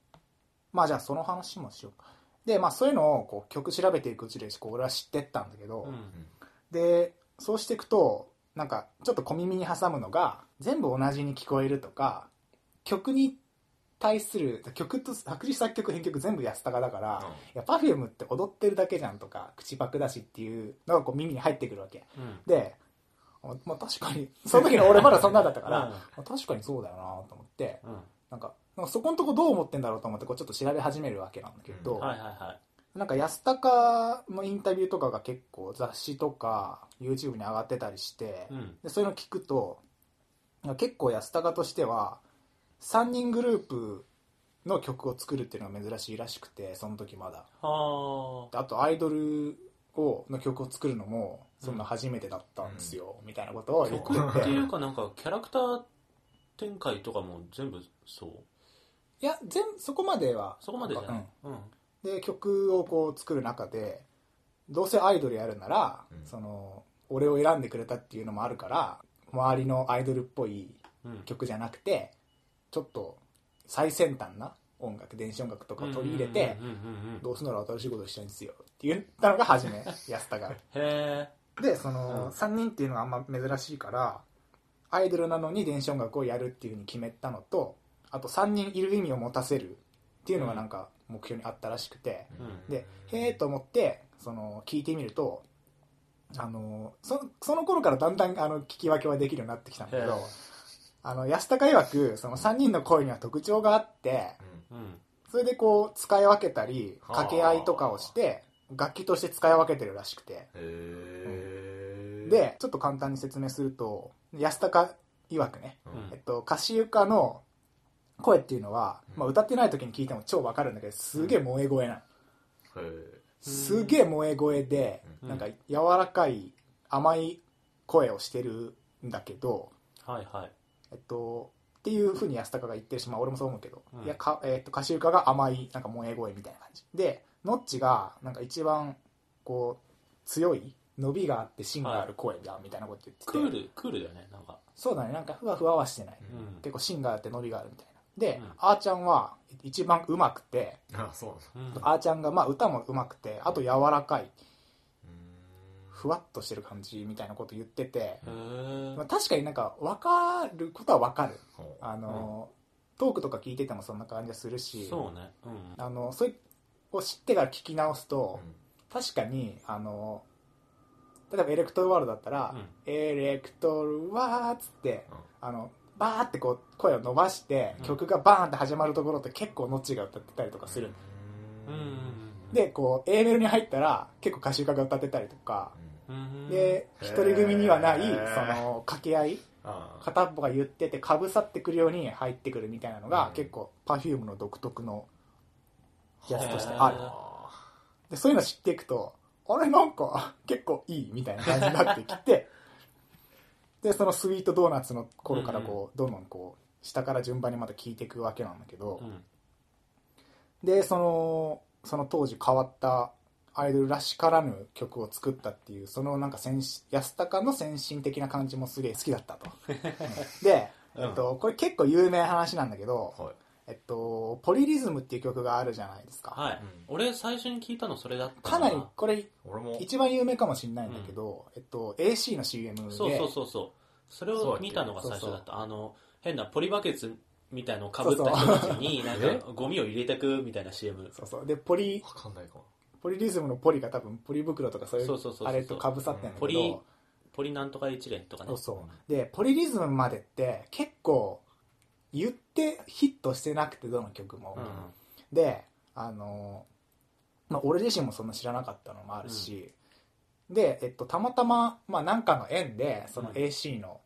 まあじゃあその話もしようか。で、まあそういうのをこう曲調べていくうちで、こう俺は知ってったんだけど、
うん。
で、そうしていくと、なんかちょっと小耳に挟むのが、全部同じに聞こえるとか、曲に対する、曲と、作詞作曲編曲全部安高だから、いや、パフュームって踊ってるだけじゃんとか、口パクだしっていうのがこう耳に入ってくるわけ。
うん。
で、あまあ確かに、その時の俺まだそんなんだったから、
うん
まあ確かにそうだよなと思って、
うん。
なんか、なんかそこのとこどう思ってんだろうと思って、こうちょっと調べ始めるわけなんだけど、
うん
はいはいはい。
なんか安高のインタビューとかが結構雑誌とか YouTube に上がってたりして、
うん。
でそういうの聞くと、なんか結構安高としては、3人グループの曲を作るっていうのが珍しいらしくて、その時まだ。
は
であとアイドルをの曲を作るのもそんな初めてだったんですよ、みたいなことを
あ。
言っ
曲
て
ってい
て
うかなんかキャラクター展開とかも全部そう。
いや全そこまでは
そこまでじゃない。うん。
で曲をこう作る中でどうせアイドルやるなら、
うん
その俺を選んでくれたっていうのもあるから周りのアイドルっぽい
うん。
曲じゃなくてちょっと最先端な音楽電子音楽とかを取り入れて、
うんうんうんうん。
どうせなら新しいことしたいんですよって言ったのが初 め安田が
へ
でそ
うん
の3人っていうのがあんま珍しいからアイドルなのに電子音楽をやるっていうふうに決めたのとあと3人いる意味を持たせるっていうのがなんか目標にあったらしくて、
うん
でへえと思ってその聞いてみるとあのそその頃からだんだんあの聞き分けはできるようになってきたんだけ
へ
ど
え
あの安高曰くその3人の声には特徴があって
え。うん。
それでこう使い分けたり
はあ
掛け合いとかをして楽器として使い分けてるらしくて。
へー、
でちょっと簡単に説明すると安高曰くね、
うん
えっと、歌詞床の声っていうのは、まあ、歌ってない時に聞いても超わかるんだけどすげえ萌え声なの、
へー
すげえ萌え声で、
うん
なんか柔らかい甘い声をしてるんだけど、
はいはい。
えっと、っていうふうに安高が言ってるし、まあ、俺もそう思うけど、
うん
いやかえっと、歌詞床が甘いなんか萌え声みたいな感じでノッチがなんか一番こう強い伸びがあって芯がある声だみたいなこと言ってて、
クール、クールだよね、なんか。
そうだねなんかふわふわはしてない、
う
うんん。
結構芯があって伸びがあるみたいなで、
うん
あーちゃんは一番上手くて、
あ、そうなんだ。
うん
あーちゃんがまあ歌も上手くてあと柔らかいふわっとしてる感じみたいなこと言ってて、
へ
ま
ー
あ、確かになんか分かることは分かる
ほう
あの、トークとか聞いててもそんな感じがするし
そうね。うん。
あのそれを知ってから聞き直すと、
うん
確かにあの例えばエレクトルワールドだったら「
うん
エレクトルワー」っつってあのバーってこう声を伸ばして
うん
曲がバーンって始まるところって結構ノッチが歌ってたりとかする、
うんうん
でこう A メロに入ったら結構歌手家が歌ってたりとか、
うん。うん。
で
へー
一人組にはないそ
へー
の掛け合い
あー
片っぽが言っててかぶさってくるように入ってくるみたいなのが、
うん
結構 Perfume の独特のやつとして
へー
あるでそういうの知っていくとああれなんか結構いいみたいな感じになってきて でそのスイートドーナツの頃からこう、どんどんこう下から順番にまた聞いていくわけなんだけど、
うん
でそのその当時変わったアイドルらしからぬ曲を作ったっていうそのなんか先進安高の先進的な感じもすげえ好きだった とうんで、えっと、これ結構有名な話なんだけど、
はい
えっと、ポリリズムっていう曲があるじゃないですか、
はい、
うん
俺最初に聞いたのそれだった
かなりこれ
俺も
一番有名かもしれないんだけど、えっと、AC の CM で
そうそうそうそうそれを見たのが最初だったあの変なポリバケツみたいのをかぶった人たちになん
え
かゴミを入れてくみたいな CM
そうそうでポリ
わかんないかも
ポリリズムのポリが多分ポリ袋とかそうい
そうそうそう
う
そう
あれとかぶさってんだ
ポ
け
リ
ど
ポリなんとか一連とかね
そうそうでポリリズムまでって結構言ってヒットしてなくてどの曲も、
うん
であの、まあ、俺自身もそんな知らなかったのもあるし、で、えっと、たまたま、まあ、なんかの縁でその
うん
AC の、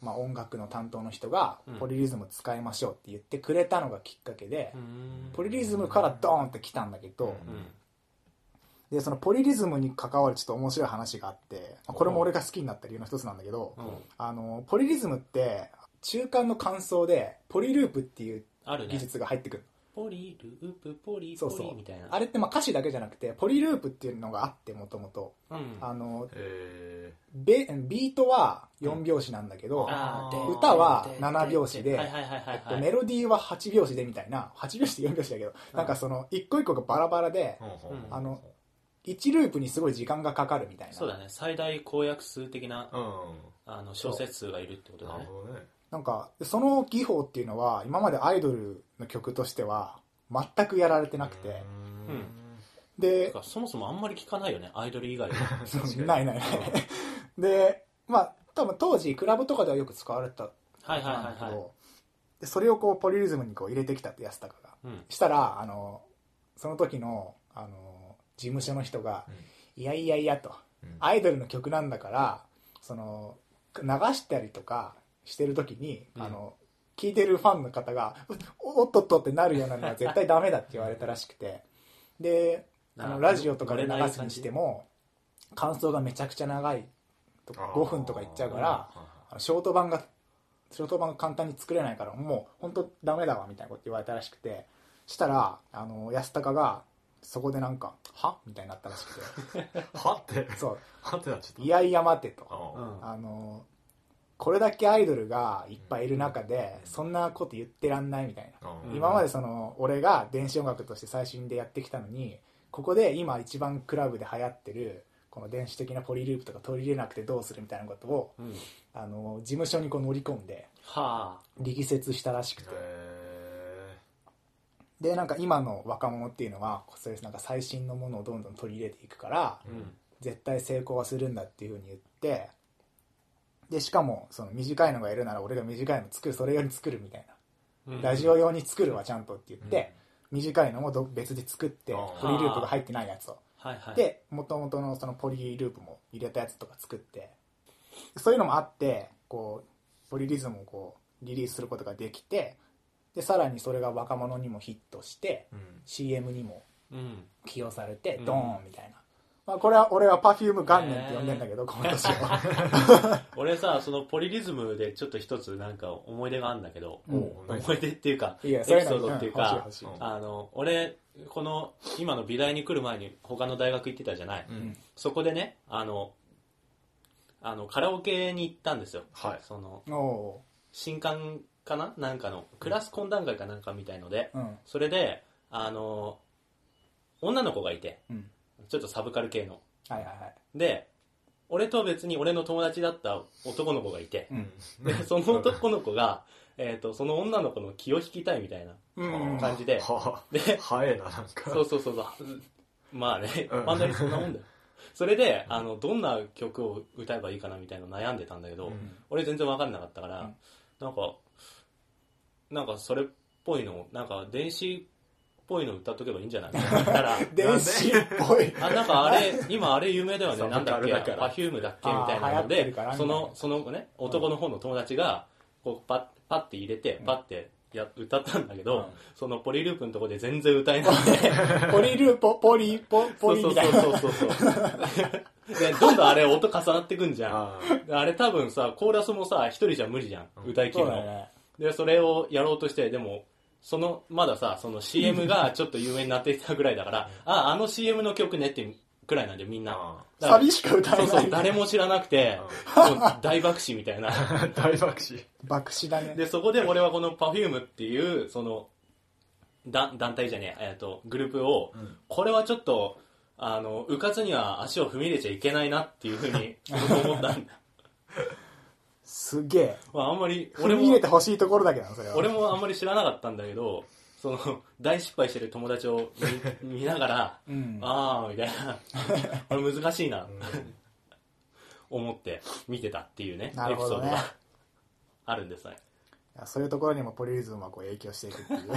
まあ、音楽の担当の人が
うん
ポリリズム使いましょうって言ってくれたのがきっかけで、
うん
ポリリズムからドーンって来たんだけど、
うん
でそのポリリズムに関わるちょっと面白い話があってまあこれも俺が好きになった理由の一つなんだけど、
うん
あのポリリズムって中間の感想でポリループっていう
あるね
技術が入ってくる、
ポリループポリ
そ
ポ
うそう
リみたいな
あれってまあ歌詞だけじゃなくてポリループっていうのがあってもともと
うん
あの
え
ベビートは4拍子なんだけど、
あー
歌は7拍子で
はいはいはいはい
えっと
はい
メロディーは8拍子でみたいな8拍子って4拍子だけど、
うん
なんかその一個一個がバラバラで
ー、うんうんうん
あの1ループにすごい時間がかかるみたいな
そうだね最大公約数的な
う
あの小説数がいるってこと
ん
だ
なる
ね
ほどね
なんかその技法っていうのは今までアイドルの曲としては全くやられてなくて
うん
て
で
かそもそもあんまり聞かないよねアイドル以外は
確かに
ないないないでまあ多分当時クラブとかではよく使われてた
はいはい
なんだけ
はいはい
どでそれをこうポリリズムにこう入れてきたって安高が
うん
したらあのその時のあの事務所の人が「いやいやいや」と
うん
「アイドルの曲なんだからその流したりとかしてる時に、
うん
あの聞いてるファンの方が「おおっとっと」ってなるようなのは絶対ダメだって言われたらしくてであの
あ
ラジオとかで流
乗れない
す
感
に
じ
しても感想がめちゃくちゃ長いとか5分とかいっちゃうから。あのショート版がショート版が簡単に作れないからもう本当ダメだわみたいなこと言われたらしくてしたらあの安高がそこでなんか「は?」みたいになったらしく
はって
て そう
はってなっちゃっ
「
た
いやいや待て」と
あー
あのこれだけアイドルがいっぱいいる中でそんなこと言ってらんないみたいな
あー
うん
今までその俺が電子音楽として最新でやってきたのにここで今一番クラブで流行ってるこの電子的なポリループとか取り入れなくてどうするみたいなことを
うん
あの事務所にこう乗り込んで
はあ
力説したらしくて
へ
でなんか今の若者っていうのはそういうなんか最新のものをどんどん取り入れていくから
ー
うん
絶対成功はするんだっていうふうに言ってでしかもその短いのがいるなら俺が短いの作るそれ用に作るみたいなラジオ用に作るはちゃんとって言って短いのもど別で作って
あー
ポリループが入ってないやつを
はいはい
で元々のそのポリループも入れたやつとか作ってそういうのもあってこうポリリズムをこうリリースすることができてでさらにそれが若者にもヒットして
うん
CM にも
うん
起用されて
うん
ドーンみたいな、まあ、これは俺は Perfume 元年って呼んでんだけどこの年を
俺さそのポリリズムでちょっと一つなんか思い出があるんだけど、
うん
思い出っていうか
いや
エピ
そ
ソ
ういうの
ードっていうか、
うん欲しい欲しい
あの俺この今の美大に来る前に他の大学行ってたじゃない、
うん
そこでねあのあのカラオケに行ったんですよ、
はい
その
お
新刊かななんかのクラス懇談会かなんかみたいので、
ううん
それであの女の子がいて
うん
ちょっとサブカル系の
はいはいはい
で俺とは別に俺の友達だった男の子がいて
う、ん
でその男の子が、えー、とその女の子の気を引きたいみたいな
うん
感じで
は
で
早えななんか
そうそうそう そうまあね
うん
漫才にそんなもんだよそれであのどんな曲を歌えばいいかなみたいなの悩んでたんだけど、
うん
俺全然分かんなかったから、
うん
なんかなんかそれっぽいのをなんか電子っぽいの歌っとけばいいんじゃないみたいな言ったら
電子っぽい
あなんかあれ今あれ有名だよね
そう
なんだっけ
だから
パフュームだっけみたいなの
あー流行って
で
るからみた
そ
いな
のそのね男の方の友達がこうパッパッて入れてパッてや歌ったんだけど、
うん
そのポリループのとこで全然歌えなくて
ポリルーポ、ポリ、ポ、 ポリ
そう
みたいな。
そうそうそうそう。で、どんどんあれ音重なってくんじゃん。
あ
であれ多分さ、コーラスもさ、一人じゃ無理じゃん。
うん
歌い切
そ
る
うだ
の。
よね。
で、それをやろうとして、でも、その、まださ、その CM がちょっと有名になってきたぐらいだから、あ、あの CM の曲ねってくらいなんでみんな。
あ
だから
サビしか歌え
そ
ない。
う そう、誰も知らなくて、もう大爆死みたいな。
ー 大爆死
爆死だね。
で、そこで俺はこの Perfume っていう、その、だ団体じゃねえ、えっと、グループを、
うん
これはちょっと、あの、うかつには足を踏み入れちゃいけないなっていうふうに思ったんだ。
すげえ。
まあ、あんまり、
俺
俺
も。入
も
れ、てほしいところだけどな、それは。
俺もあんまり知らなかったんだけど、その、大失敗してる友達を見 見ながら、
うん。
あー、みたい な、これ難しいな、思って見てたっていうね、
な
エ
る
ピ
ほ
ソ
ど
ー
ね
ドがあるんですね。
いやそういうところにもポリリズムはこう影響していくっていう。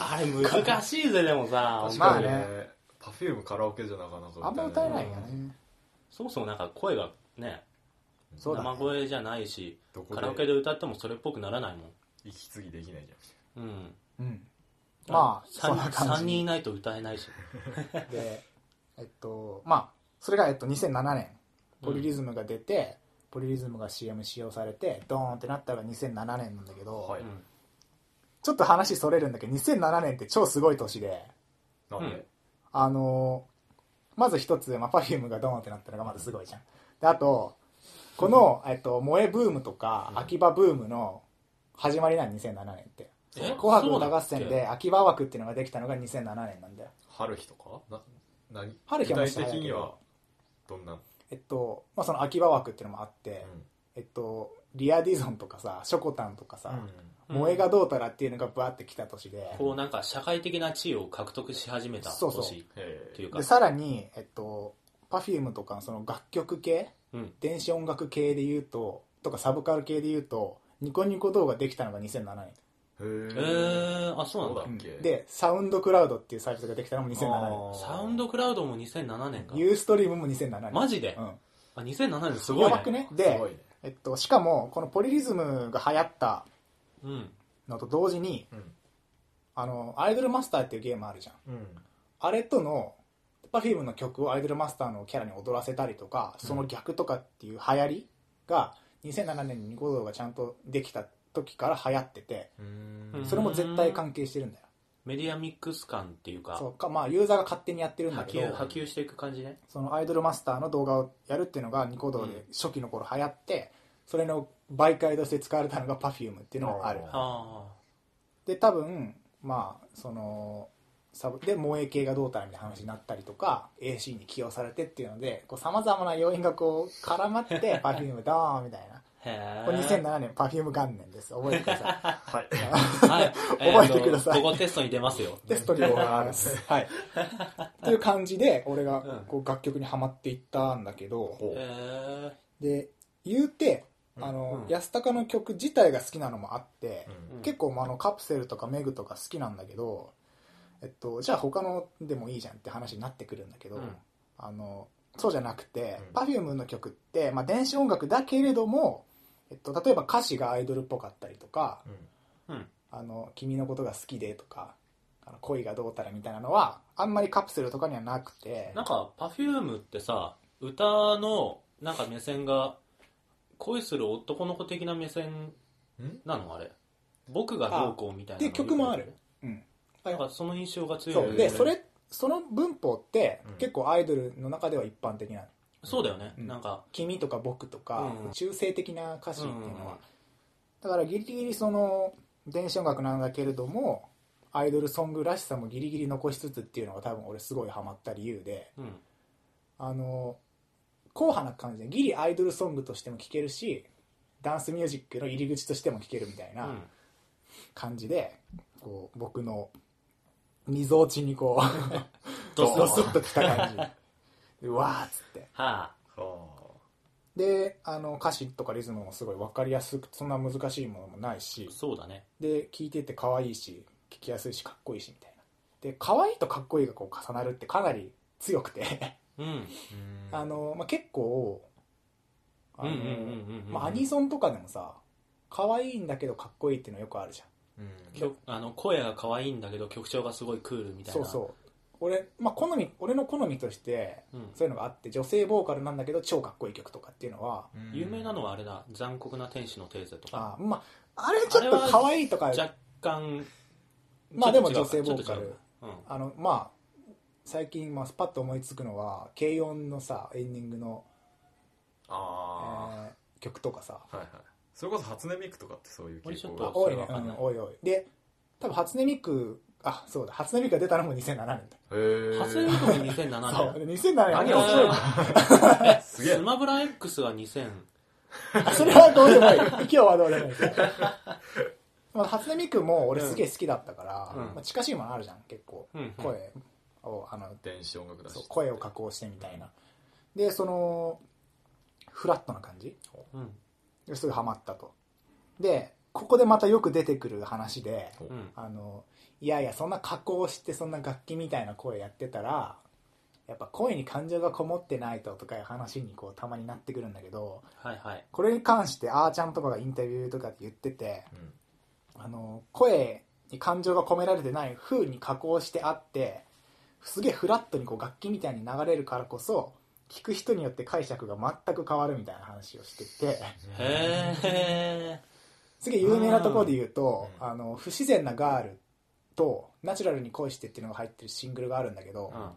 あれ難しいぜ、でもさ、
確
ま
か
あ
に
ね
ねパフュームカラオケじゃなかなか
あんま歌えない
ね
よね。
そもそもなんか声がね、
そうだね
生声じゃないし、
どこで
カラオケで歌ってもそれっぽくならないも
息継ぎできないじゃ
ん。うん。
うん。まあ、そんな
3,
感
人い
じ
ないと歌えないし。
で、えっと、まあ、それが、えっと、2007年、ポリリズムが出て、ポリリズムが CM 使用されて、ドーンってなったのが2007年なんだけど、
は
う
い
ん
ちょっと話それるんだけど、2007年って超すごい年で、
んなんで、
あのーまず一つ、まあ、Perfume がドーンってなったのがまずすごいじゃん。で、あと、この、えっと、萌えブームとか、
うん
秋葉ブームの始まりなん2007年って。
え
紅白
そうだ
歌
っけ
合戦で秋葉枠っていうのができたのが2007年なんだよ。
春日とかな何
春日はもう
具体的
知らないけ
に
ど
はどんな、
えっと、まあ、その秋葉枠っていうのもあって、えっと、リアディゾンとかさ、ショコタンとかさ、
うん
萌えがどうたらっていうのがブワーって来た年で、
こうなんか社会的な地位を獲得し始めた
そうそう
年
へ
というか
で、。さらに、えっと、Perfume とかのその楽曲系
うん。
電子音楽系で言うととかサブカル系で言うとニコニコ動画できたのが2007
え
え
ー
ー、あ、そうなんだ
そ。う
年
だっけ
でサウンドクラウドっていうサービスができたのも2007
あー
サウンドクラウドも2007年か
年。ユーストリームも2007年
マジで、
うん
あ、2007年す
や
ごいね
ば。くね
す
で
ごいね
えっと、しかもこのポリリズムが流行った
うん。
のと同時に
うん
あのアイドルマスターっていうゲームあるじゃん
うん
あれとの Perfume の曲をアイドルマスターのキャラに踊らせたりとかその逆とかっていう流行りが2007年にニコ動がちゃんとできた時から流行ってて
うん
それも絶対関係してるんだよ
メディアミックス感っていうか、
そうかまあユーザーが勝手にやってるん
波
だけ
及、波
ど
及していく感じね。
そのアイドルマスターの動画をやるっていうのがニコ動
うん
で初期の頃流行って、それの媒介として使われたのが Perfume っていうのもある
あー
あ
で多分まあそのサブで萌え系がどうたらみたいな話になったりとか AC に起用されてっていうのでさまざまな要因がこう絡まって Perfume だーンみたいな
あ。へ
これ
え。
2007年 Perfume 元年です覚えてください
はい
はい。
覚えてください
えーとここテストに出ますよ。
テストにもありますはい っていう感じで俺がこう楽曲にはまっていったんだけど、
ほう
え
で言うてあの、
うん
安高の曲自体が好きなのもあって
う、ん
結構まああのカプセルとかメグとか好きなんだけど、えっと、じゃあ他のでもいいじゃんって話になってくるんだけど、
うん
あのそうじゃなくて、
うん
Perfume の曲って、まあ、電子音楽だけれども、えっと、例えば歌詞がアイドルっぽかったりとか
うん
ー、うん。
「あの君のことが好きで」とか「あの恋がどうたら」みたいなのはあんまりカプセルとかにはなくて
なんか、パフュームってさ、歌の、なんか目線が、恋する男の子的な目線
ん
なのあれ。僕がどうこうみたいなの。
あで曲もあるうん、
なんかその印象が強い
そう
よね。俺
でそれその文法って
うん
結構アイドルの中では一般的なの
そうだよね。
うん
なんか、
「君」とか「僕」とか、
うん
中性的な歌詞っていうのは、
うんうんうん
だからギリギリその電子音楽なんだけれどもアイドルソングらしさもギリギリ残しつつっていうのが多分俺すごいハマった理由で
うん。。
あの硬派な感じでギリアイドルソングとしても聴けるしダンスミュージックの入り口としても聴けるみたいうなん感じで、こう僕の溝落ちにこう。
ドスド
ド
ス
スッと来た感じ うわーっつって
は
は
であの歌詞とかリズムもすごい分かりやすくそんな難しいものもないし
あ、そうだね。
で聴いてて可愛いし聴きやすいしかっこいいしみたいなで可愛いとかっこいいがこう重なるってかなり強くて
うん。
あ うん
あの、まあ、結構あの
うんうんうんうんうん
まあアニソンとかでもさ可愛いんだけどかっこいいっていうのよくあるじゃん
うん
曲あの声が可愛いんだけど曲調がすごいクールみたい
そ
な
うそう俺,、まあ、好み俺の好みとして
うん
そういうのがあって女性ボーカルなんだけど超かっこいい曲とかっていうのは、
有名なのはあれだ「残酷な天使のテーゼ」とか
あまああれちょっと可愛いとか
若干
まあでも
ちょ
女
っと違
性
う
ボ
か
ーカル
うん
あのまあ最近、まあ、パッと思いつくのは軽音のさエンディングの、え
あ
ー曲とかさ
あ、はいはいそれこそ初音ミクとかってそういう
俺ちょ
傾
っ
向
と
が
多いね
それは、わかん
う
ない
ん、多い多いで多分初音ミクあそうだ初音ミクが出たのも2007年だ
へー
初音ミクも2007
そう
年
で2007年
何
面
を
白い
え
すげえ
スマブラ X は2000
あそれはどうでもいい今日はどうでもいいですまあ初音ミクも俺すげえ好きだったから、
う
ま
ん
あ、近しいものあるじゃん結構、
うんうん
声をあの
電子音楽だし
そう声を加工してみたいなでそのフラットな感じ
うん
ですぐハマったとでここでまたよく出てくる話で
ほう
うん
あのいやいやそんな加工してそんな楽器みたいな声やってたらやっぱ声に感情がこもってないととかいう話にこうたまになってくるんだけど
はいはい
これに関してあーちゃんとかがインタビューとかで言ってて
うん
あの声に感情が込められてない風に加工してあってすげえフラットにこう楽器みたいに流れるからこそ聞く人によって解釈が全く変わるみたいな話をしてて
へえ
すげえ有名なところで言うと「
うん
あの不自然なガール」と「ナチュラルに恋して」っていうのが入ってるシングルがあるんだけど、
うん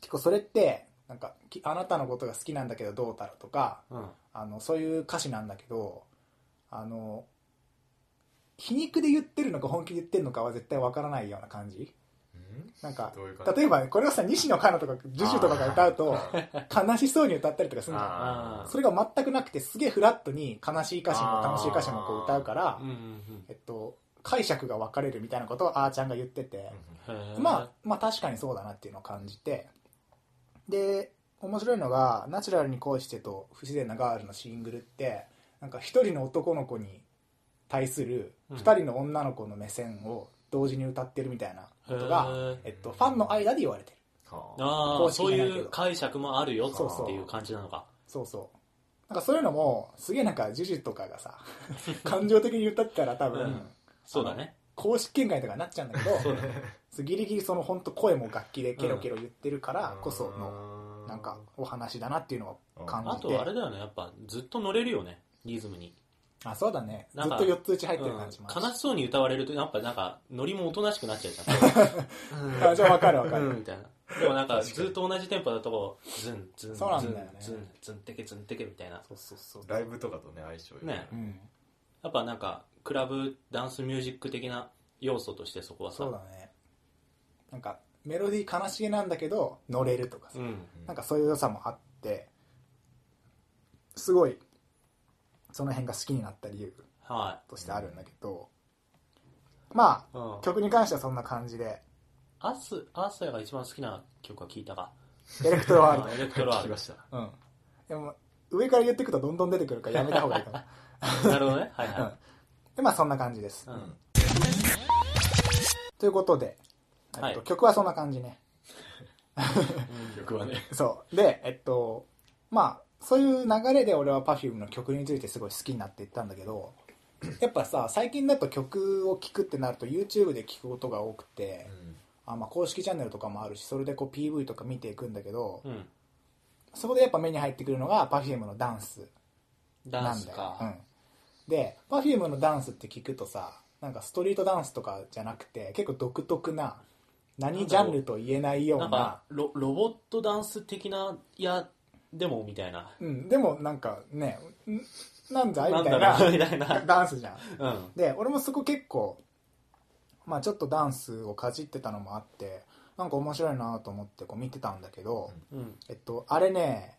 結構それってなんかき「あなたのことが好きなんだけどどうだろう」とか
うん
あのそういう歌詞なんだけどあの皮肉で言ってるのか本気で言ってるのかは絶対わからないような感じ
うん
なんか
どういう感じ
例えばねこれをさ西野カナとかジュジュとかが歌うと悲しそうに歌ったりとかするの
あー
それが全くなくてすげえフラットに悲しい歌詞も楽しい歌詞もこう歌うから
うん、うん
えっと、解釈が分かれるみたいなことをあーちゃんが言ってて、
うんへー
まあ、まあ確かにそうだなっていうのを感じてで面白いのが「ナチュラルに恋して」と「不自然なガール」のシングルってなんか一人の男の子に対する
うん
二人の女の子の目線を同時に歌ってるみたいなことが、
へー
えっと、ファンの間で言われてる
はあ
あ
公
あ
式
そう
じゃないけど
いう解釈もあるよ
そうそう
っていう感じなのか
そうそうなんかそういうのもすげえなんかジュジュとかが さ感情的に歌ったら多分、
うんそうだね
公式見解とかになっちゃうんだけどそうギリギリその本当声も楽器でケロケロ言ってるからこその
の
なんかお話だなっていうのを感
あ
じ
と
て
あれだよねやっぱずっと乗れるよねリズムに
あそうだねず
なん
っ
か
と4つ打ち入ってる感じもあ
悲
る
しそうに歌われるとやっぱなんかノリもおとなしくなっちゃうじゃん
あじゃあ分かる分か
うん、
る
みたいな。でもなんか、ずっと同じテンポだと、ズン、ズン、ズ
そう
ン、
な
ズ
ん
ン
だよね、
ズン、ズンテケ、ズンテケみたいな。
そうそうそう
ライブとかとね相性よ
ね
うん
やっぱなんか、クラブ、ダンスミュージック的な要素としてそこはさ、
そうだねなんかメロディー悲しげなんだけど乗れるとかさ
うん。
なんかそういう良さもあってすごいその辺が好きになった理由
は
としてあるんだけどま
い。うん
あ。曲に関してはそんな感じで
アス、アスヤが一番好きな曲は聞いたか。
エレクトロ ワールド
あエレクトロア
聞き
ル。
ま
な
した
うん。でも、上から言ってくとどんどん出てくるからやめた方がいいか な。
るほどね。はいは
で、まあそんな感じです
い。う。ん。
ということで、えっと
はい
曲はそんな感じね。
曲はね
そう。で、えっと、まあ、そういう流れで俺は Perfume の曲についてすごい好きになっていったんだけど、やっぱさ、最近だと曲を聴くってなると YouTube で聴くことが多くて、あまあ、公式チャンネルとかもあるし、それでこう PV とか見ていくんだけど、
うん。
そこでやっぱ目に入ってくるのが Perfume のダンス
ダンスか。
なんだようん、で Perfume のダンスって聞くとさなんかストリートダンスとかじゃなくて結構独特な何ジャンルと言えないよう
なん
な
かロ、ロボットダンス的な、いや、でも、みたいな。
うん、でもなんかねんなんだい
なん
みた
だ
い
ろう、
な
みたいな。
ダンスじゃん
うん。
で俺もそこ結構まあちょっとダンスをかじってたのもあってなんか面白いなと思ってこう見てたんだけど、
うん
うん。
えっと、あれね、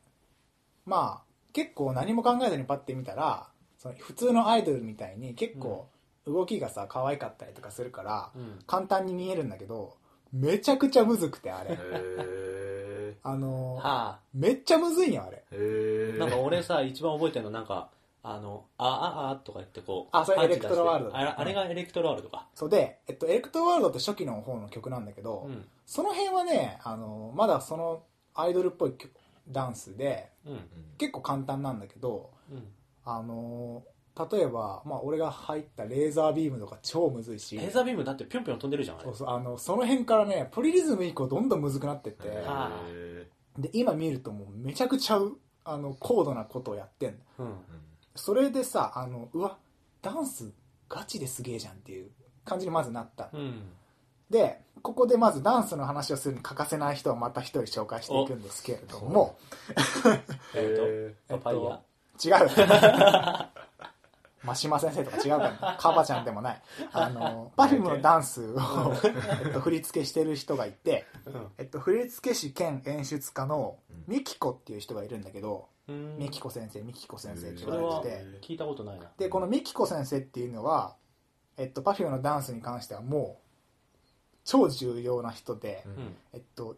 まあ、結構何も考えずにパッて見たら、その普通のアイドルみたいに結構動きがさ、可愛かったりとかするから、
うん。
簡単に見えるんだけど、めちゃくちゃむずくて、あ
へ
れ。
え
あのー、
はあ。
めっちゃむずいんよ、あれ。
へえ
なんか俺さ、一番覚えてるの、なんか、あの、あああとか言ってこう、
あそれ
パンチ出して
エレクトロワールド
あれあれがエレクトロワールドか。
そうで、えっと、エレクトロワールドって初期の方の曲なんだけど、
うん。
その辺はね、あのーまだそのアイドルっぽい曲ダンスで、
うん。
結構簡単なんだけど、
うん。
あのー例えば、まあ、俺が入ったレーザービームとか超むずいし
レーザービームだってぴょんぴょん飛んでるじゃんあれ
そうそうあのその辺からねプリリズム以降どんどんむずくなってって、
へ
は
ー
で今見るともうめちゃくちゃうあの高度なことをやってんの
うん
それでさあのうわダンスガチですげえじゃんっていう感じにまずなった、
うん
でここでまずダンスの話をするに欠かせない人をまた一人紹介していくんですけれども
えっとパパイヤ、
違う 真島先生とか違うからカバちゃんでもないあの Perfume のダンスを、えっと、振り付けしてる人がいて、えっと、振付師兼演出家のミキコっていう人がいるんだけど、
うん
ミキコ先生ミキコ先生って
そ
言
れ
わ
は
れてて
聞いたことないな
でこのミキコ先生っていうのは、えっと、Perfume のダンスに関してはもう超重要な人で、
うん
うん
えっと、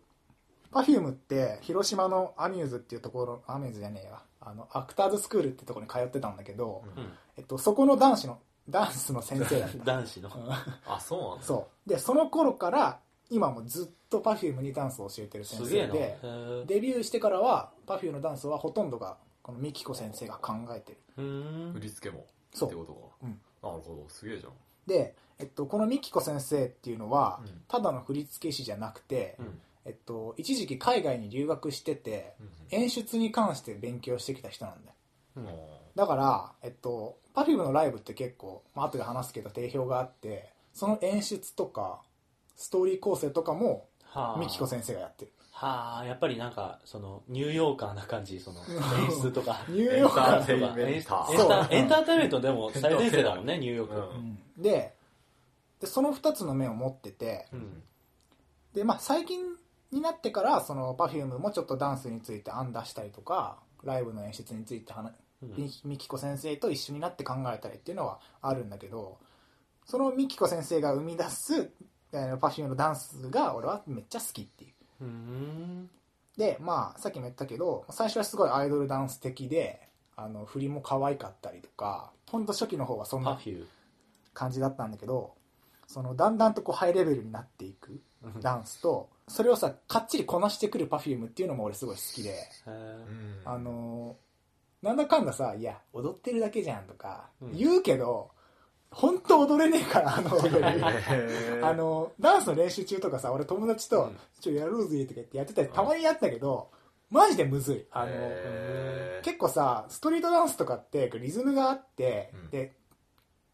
Perfume って広島のアミューズっていうところアミューズじゃねえわあのアクターズスクールってところに通ってたんだけど、
うん
う
えっと、そこの男子のダンスの先生だっ
ん男子の
た、う
あそうなん
ん
だ
そうでその頃から今もずっと Perfume にダンスを教えてる先
すげ
生
えな
で
へー
デビューしてからは Perfume のダンスはほとんどがこのミキコ先生が考えてる
うーん
振り付けも
そう
ってこと
うん
かなるほどすげえじゃん
で、えっと、このミキコ先生っていうのは、
うん
ただの振付師じゃなくて、
ん
えっと、一時期海外に留学してて、演出に関して勉強してきた人なんだよ
うん
だから、えっと、Perfume のライブって結構、まあ後で話すけど定評があってその演出とかストーリー構成とかも
はあ
ミキコ先生がやってる
はあやっぱりなんかそのニューヨーカーな感じその演出とか
ニューヨーカー
エンターテインメンター
エンタエンターテインメントでも最前線だもんねニューヨーク、
うん
うんででその2つの面を持ってて
うん
で、まあ、最近になってからその Perfume もちょっとダンスについて案出したりとかライブの演出について話
うん
みみきこ先生と一緒になって考えたりっていうのはあるんだけどそのみきこ先生が生み出すえー Perfume のダンスが俺はめっちゃ好きっていう
うん
でまあさっきも言ったけど最初はすごいアイドルダンス的であの振りも可愛かったりとかほんと初期の方はそん
パ
な
フュ
感じだったんだけどそのだんだんとこうハイレベルになっていく
ー
ダンスとそれをさかっちりこなしてくる Perfume っていうのも俺すごい好きで。
へー
うん
あのーなんだかんださ「いや踊ってるだけじゃん」とか
うん
言うけど、本当踊れねえからあの踊
へ
り
ー
あのダンスの練習中とかさ俺友達
う
と
ん
「ちょやろうぜ」とか言ってやってたりたまにやったけど、マジでむずいあの、
へー
結構さストリートダンスとかってリズムがあって、
うん
で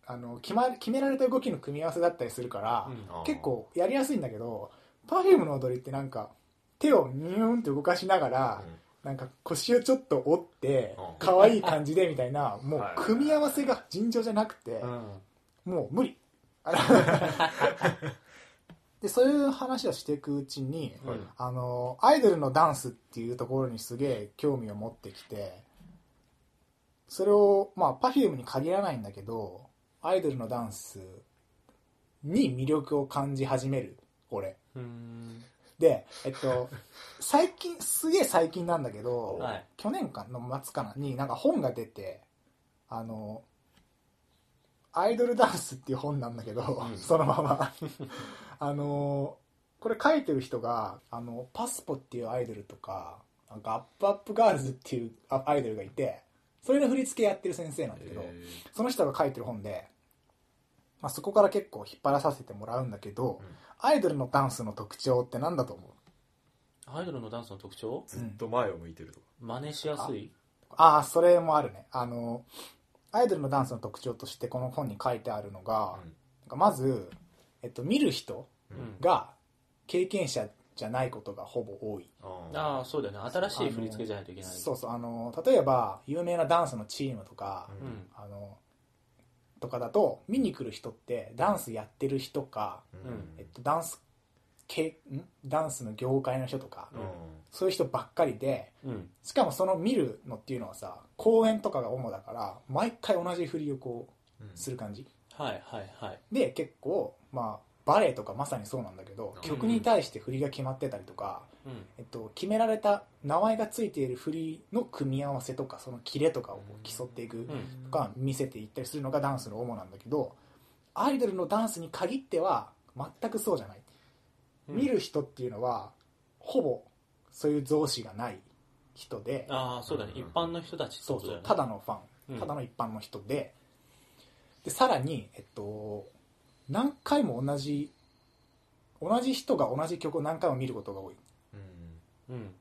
あの決,、ま、決められた動きの組み合わせだったりするから、
うん
あー
結構やりやすいんだけど Perfume の踊りってなんか手をニューンって動かしながら、なんか腰をちょっと折って
うん
可愛い感じでみたいなもう
はい
組み合わせが尋常じゃなくて
うん
もう無理 あらでそういう話をしていくうちに
うん
あのアイドルのダンスっていうところにすげえ興味を持ってきてそれをまあ Perfume に限らないんだけどアイドルのダンスに魅力を感じ始める俺
うん
でえっと最近すげえ最近なんだけど、
はい
去年かの末かなになんか本が出てあのアイドルダンスっていう本なんだけど、
うん
そのまま あのこれ書いてる人があのパスポっていうアイドルとかなんかアップアップガールズっていうあアイドルがいてそれの振り付けやってる先生なんだけど、
へー
その人が書いてる本で、まあ、そこから結構引っ張らさせてもらうんだけど、
うん
アイドルのダンスの特徴って何だと思う
アイドルのダンスの特徴
ずっと前を向いてるとか
真似しやすい
ああそれもあるねあのアイドルのダンスの特徴としてこの本に書いてあるのが、なんかまず、えっと、見る人
う
うんん
が経験者じゃないことがほぼ多い、
あ
あ
あそうだよね新しい振り付けじゃないといけない
そうそうあの例えば有名なダンスのチームとか、
ー
う
うん
ん
あのとかだと見に来る人ってダンスやってる人か、
うん
えっと、ダンスけんダンスの業界の人とか、
うん
そういう人ばっかりで
うん
しかもその見るのっていうのはさ公演とかが主だから毎回同じ振りをこ
うん
うする感じ
はいはいはい
で結構まあバレエとかまさにそうなんだけど
うん
曲に対して振りが決まってたりとか、
うん
えっと、決められた名前がついている振りの組み合わせとかそのキレとかをこう競っていく
うん
とか見せていったりするのがダンスの主なんだけどアイドルのダンスに限っては全くそうじゃない
うん
見る人っていうのはほぼそういう増資がない人で
ああそうだね
うん
一般の人たちって
そ
こ
う
と
そ
だよ
う
ね
ただのファン、
うん
ただの一般の人ででさらに、えっと、何回も同じ同じ人が同じ曲を何回も見ることが多いっ
うん
うん。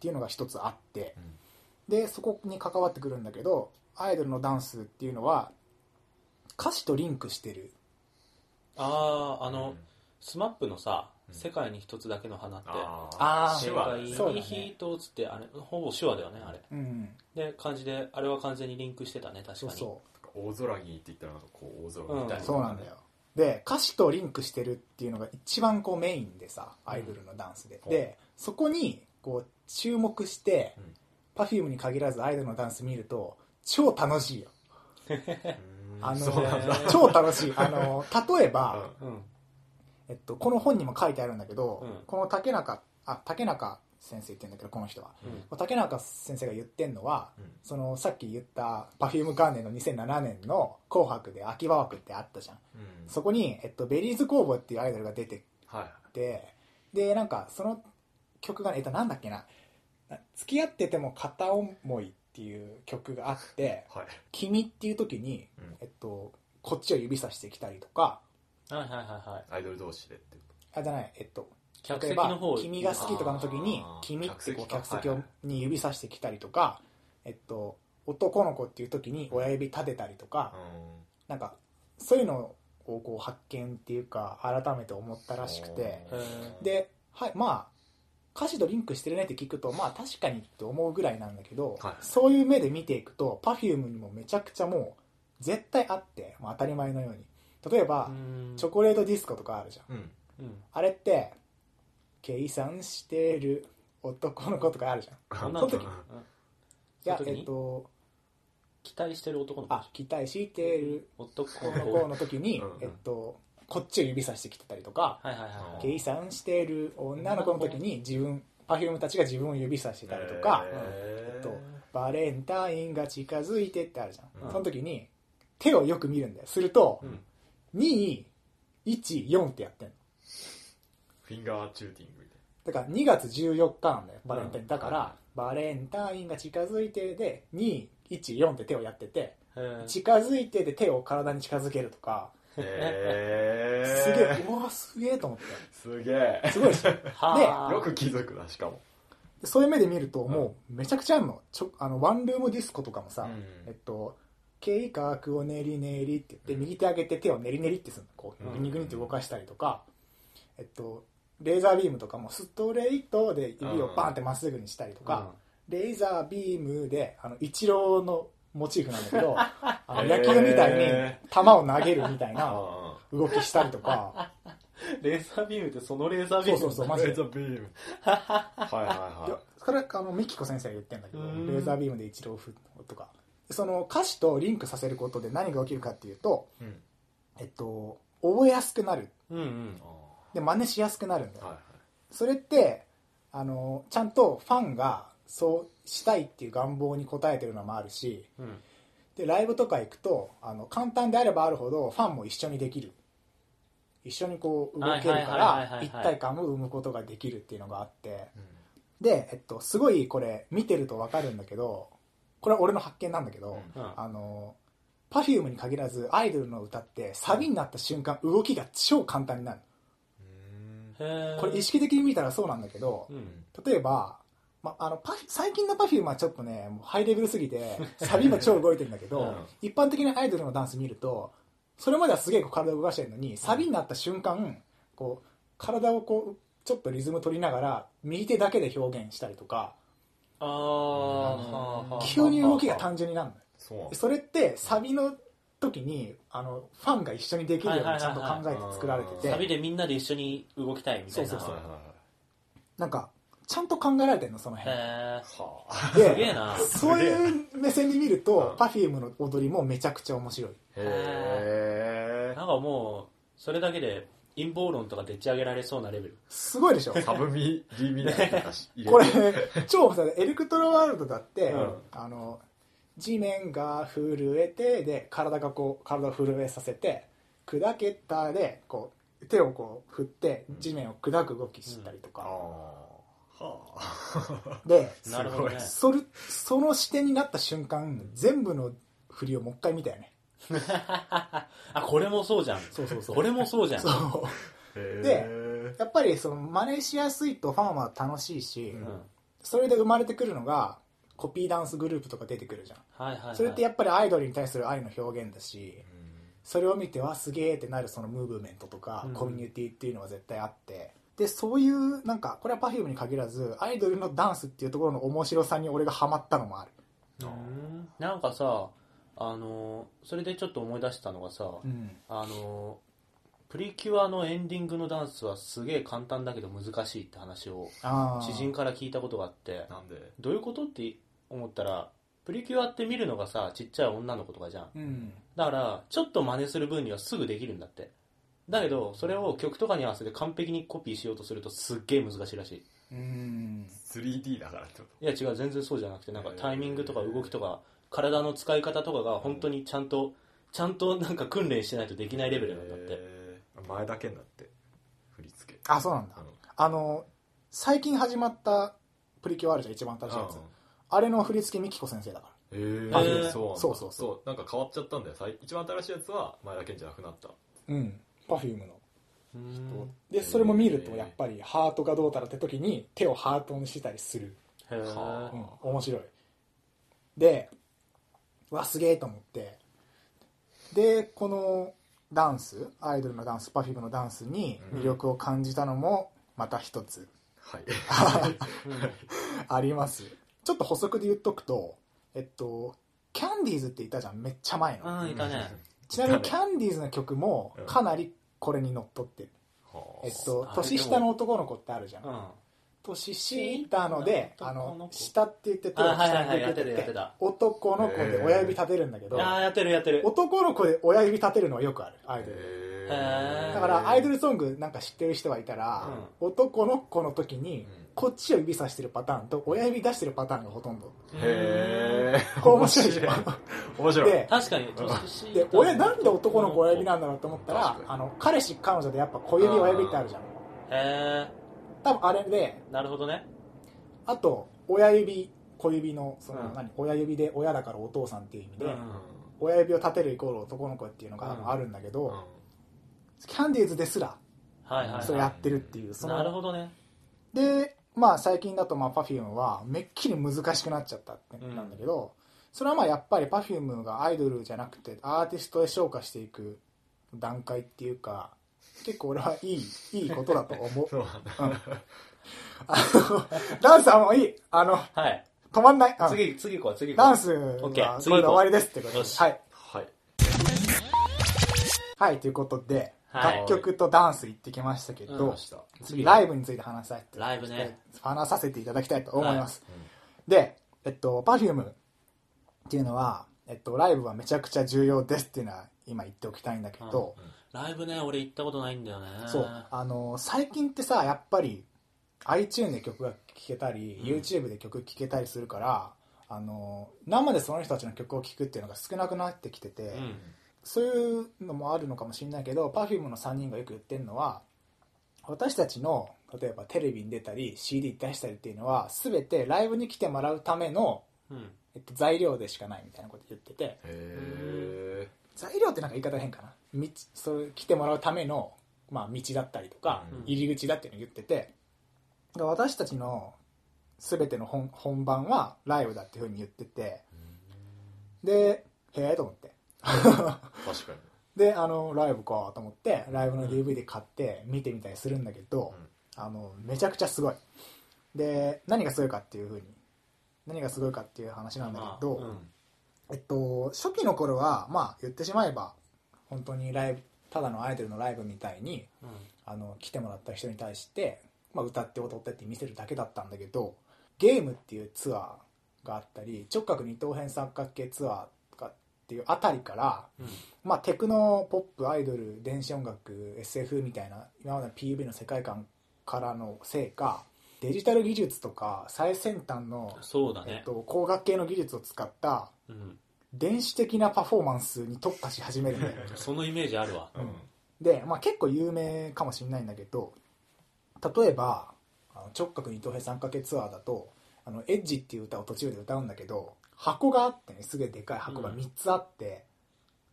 ていうのが一つあって
う、ん
でそこに関わってくるんだけどアイドルのダンスっていうのは歌詞とリンクしてる
ああ、あの、
うん
スマップのさ、
うん
世界に一つだけの花って、
あー
世
手話
界に
そうだね
一つって、あれ、ほぼ手話だよね、あれ。
うん
で、感じで、あれは完全にリンクしてたね、確か
そう
に。
そ
大空にって言ったらなんかこう大空みたいな、
うそうなんだよで歌詞とリンクしてるっていうのが一番こうメインでさアイドルのダンスで、
うん
でそこにこう注目して、
うん
Perfume に限らずアイドルのダンス見ると超楽しいよ
うん
あの
そうなんだ、
えー
超楽しいあ の例えば、
うん
うん。
えっと、この本にも書いてあるんだけど、
うん
この竹中あ竹中先生って言うんだけどこの人は
うん。
竹中先生が言ってんのは
うん
そのさっき言った Perfume 元年の2007年の「紅白」で秋葉枠ってあったじゃん
うん
そこに、えっと、ベリーズ工房っていうアイドルが出て
はいはい
てでなんかその曲がねえっとなんだっけなな付き合ってても片思いっていう曲があって
はい
「君」っていう時に、
うん
えっと、こっちを指さしてきたりとか
はいはいはいはい。
アイドル同士でってこ
あじゃないえっと
客
例え
席
ば
の方
君が好きとかの時に
あー
「君」ってこう
客
客
席か
席を
はい
に指さしてきたりとか、えっと、男の子っていう時に親指立てたりとか
と、
なんかそういうのをこう発見っていうか改めて思ったらしくて
うん
へー
で、はい、まあ歌詞とリンクしてるねって聞くとまあ確かにって思うぐらいなんだけど、
はい
そういう目で見ていくと Perfume にもめちゃくちゃもう絶対あって、まあ、当たり前のように例えば、
うん
チョコレートディスコ」とかあるじゃん
うん
うん
あれって計算してる男の子とかあるじゃんい
そんな
そ
の
の時
うん
や
その時に
えっと
期待してる男の子
あ期待してる
男
こ
の
の
子
子の時に
うんうん
えっとこっちを指さしてきてたりとか
はいはいはいはい
計算してる女の子の時に自分 Perfume たちが自分を指さしてたりとか、
え
えっとバレンタインが近づいてってあるじゃん、
うん
その時に手をよく見るんだよすると
うん
214ってやってんの
フィンガーチューティングみたい
だから2月14日なんだよバレンタイン、
うん
だからバレンタインが近づいてで214って手をやってて
へー
近づいてで手を体に近づけるとか
なへー
すげえうわすげえと思って
すげえ
すごいでしょ
はー
よく気づくなしかも
でそういう目で見るともうめちゃくちゃあるのちょあのワンルームディスコとかもさ、えっと計画を練り練りって言って右手上げて手を練り練りってするのこ
うん
うグニグニって動かしたりとか、えっと、レーザービームとかもストレートで指をバンってまっすぐにしたりとか、レーザービームであのイチローのモチーフなんだけどあの野球みたいに
へ
球を投げるみたい
あ
な
あ
動きしたりとか
うんレーザービームってそのレーザービー
そう
ム
そうそう
マ
マジ
ジで
で
ビ。ームはいはい
い
は
やそれあのミキコ先生が言ってんだけど
う
レ
ん
ーザービームでイチロー風とかその歌詞とリンクさせることで何が起きるかっていうと、
いうん
えっと、覚えやすくなる
うんうん
あ
で真似しやすくなるんだ
ー
よ、
はいはい
それってあのちゃんとファンがそうしたいっていう願望に応えてるのもあるし
うん
でライブとか行くとあの簡単であればあるほどファンも一緒にできる一緒にこう動けるか
はいはいはいはいはいは
ら
い
一体感を生むことができるっていうのがあって
うん
で、えっと、すごいこれ見てるとわかるんだけどこれは俺の発見なんだけど、
うん
うん
あの Perfume に限らずアイドルの歌ってサビになった瞬間動きが超簡単になる
うん
へー
これ意識的に見たらそうなんだけど
うん
例えば、ま、あのパフ最近の Perfume はちょっとねもうハイレベルすぎてサビも超動いてるんだけ ど、
うん
一般的なアイドルのダンス見るとそれまではすげえこう体を動かしてるのにサビになった瞬間こう体をこうちょっとリズム取りながら右手だけで表現したりとか
あーは
うん
ーはー
急に動きが単純になるのよ
そうなんだ
それってサビの時にあのファンが一緒にできるよう
は
に
いはい
ちゃんと考
はい
はい
えて作られてて、
サビでみんなで一緒に動きたいみたいな
そうそうそう
はいはいは
なんかちゃんと考えられてるのその辺
へ
いはあ
ーすげえ
で
な
そういう目線で見ると
うん
Perfume の踊りもめちゃくちゃ面白い
へ
なんかもうそれだけで陰謀論とかでっち上げられそうなレベル
すごいでしょ
えサブミリミナーとかし入れて
これ超さエレクトロワールドだって、
うん
あの地面が震えてで体がこう体を震えさせて砕けたでこう手をこう振って地面を砕く動きしたりと
あー
か、
は
で
なるほどね
それその視点になった瞬間全部の振りをもう一回見たよね
あ、これもそうじゃん。
そうそうそう
これもそうじゃん。
そう
へー
やっぱりその真似しやすいとファンは楽しいし、
うん
それで生まれてくるのがコピーダンスグループとか出てくるじゃん
はいはい、はい。
それってやっぱりアイドルに対する愛の表現だしそれを見てわすげえってなるそのムーブメントとか
うん
コミュニティっていうのは絶対あって、でそういうなんかこれは Perfume に限らずアイドルのダンスっていうところの面白さに俺がハマったのもある、
うんなんかさ、あのー、それでちょっと思い出したのがさ、
うん、
あのー、プリキュアのエンディングのダンスはすげえ簡単だけど難しいって話を
あー
知人から聞いたことがあって、
なんで
どういうことって思ったら、プリキュアって見るのがさ、ちっちゃい女の子とかじゃん。
うん
だから、ちょっと真似する分にはすぐできるんだって。だけど、それを曲とかに合わせて完璧にコピーしようとするとすっげえ難しいらしい。
うん
3D だからってこと
いや違う全然そうじゃなくてなんかタイミングとか動きとか体の使い方とかが本当にちゃんとちゃんとなんか訓練してないとできないレベルなんだって
へー前だけになって振り付け
あそうなんだ
あの
あの最近始まったプリキュアあるじゃん一番新しいやつあれの振り付けみきこ先生だから
へー
あ
そうなんだ
そうそうそう
なんか変わっちゃったんだよさい一番新しいやつは前だけじゃなくなった
うん、Perfume の。
うん
で、それも見ると、やっぱり、ハートがどうたらって時に、手をハートにしたりする。
へえ
う
は
ん、面白い。で、うわ、すげえと思って。で、このダンス、アイドルのダンス、Perfume のダンスに魅力を感じたのも、また一つ
はい
あります。ちょっと補足で言っとくと、えっと、キャンディーズっていたじゃん、めっちゃ前の。
ああいたね
ちなみにキャンディーズの曲も
うん、
かなりこれにのっとってる。
はあ
えっと
あ、
年下の男の子ってあるじゃん
う。ん
年下ので、あ
男の
の、
子
下って言って手を
あはいはい
下
は
に
い
向け
やってるやってた
男の子で親指立てるんだけど、
ああやってるやってる
男の子で親指立てるのはよくある、アイドルで。
へ
へー
ー
だから、アイドルソングなんか知ってる人がいたら、男の子の時に、こっちを指さしてるパターンと、親指出してるパターンがほとんど。
へ ー
面白いでし
ょ面
ょ。
白い
で、
確かに年下
で、親、なんで男の子親指なんだろうと思ったら
確、かに
あの、彼氏、彼女でやっぱ小指、親指ってあるじゃん。
へ
多分あれで、
えなるほどね
あと、親指、小指の、その、
うん
何、親指で親だからお父さんっていう意味で、
うん
親指を立てるイコール男の子っていうの
うん
があるんだけど、
うん
キャンディーズですら
はいはい、
それ
は
やってるっていう、
い、
その
なるほどね
で、まあ、最近だとまあ Perfume はめっきり難しくなっちゃったって
うん
なんだけど、それはまあやっぱり Perfume がアイドルじゃなくてアーティストへ昇華していく段階っていうか結構俺はいいいいことだと思う
そうなんだ
あのダンスはもういいあの
はい
止まんない、うん
次次行こう次行こう
ダンス
オッケー
は
次
これで
行こう
終わりですってこと
よ
で
し
はい
はい
はい、ということで、
はい
楽曲とダンス行ってきましたけ
う
ど、
ん
した
次ライブについて話させて
ライブね
話させていただきたいと思います、で、えっと、Perfume っていうのは、えっと、ライブはめちゃくちゃ重要ですっていうのは今言っておきたいんだけど、
ライブね俺行ったことないんだよね
そうあの最近ってさやっぱり iTune で曲が聴けたり、YouTube で曲聴けたりするからあの生でその人たちの曲を聴くっていうのが少なくなってきてて、
うん
そういうのもあるのかもしれないけど Perfume の3人がよく言ってるのは私たちの例えばテレビに出たり CD 出したりっていうのは全てライブに来てもらうための、
うん
えっと、材料でしかないみたいなこと言ってて
へ
材料ってなんか言い方変かな道それ来てもらうための、まあ、道だったりとか
うん
入り口だっていうのを言っててだから私たちの全ての本本番はライブだっていうふうに言っててでへえと思って。
ー確かに
であのライブかと思ってライブの DVD 買って見てみたりするんだけど、あのめちゃくちゃすごいで何がすごいかっていうふうに何がすごいかっていう話なんだけど、
うん
えっと、初期の頃はまあ言ってしまえば本当にライブただのアイドルのライブみたいに
う
あの来てもらった人に対して、まあ、歌って踊ってって見せるだけだったんだけどゲームっていうツアーがあったり直角二等辺三角形ツアーとかっていうあたりから
ん
まあ、テクノポップアイドル電子音楽 SF みたいな今までの PUB の世界観からのせいかデジタル技術とか最先端の、
そうだ
え
ね
っと、工学系の技術を使った
うん
電子的なパフォーマンスに特化し始めるんだよね
そのイメージあるわ
うん
で、まあ、結構有名かもしれないんだけど例えばあの直角二等辺三角形ツアーだと「あのエッジっていう歌を途中で歌うんだけど箱があってねすげえでかい箱が3つあって、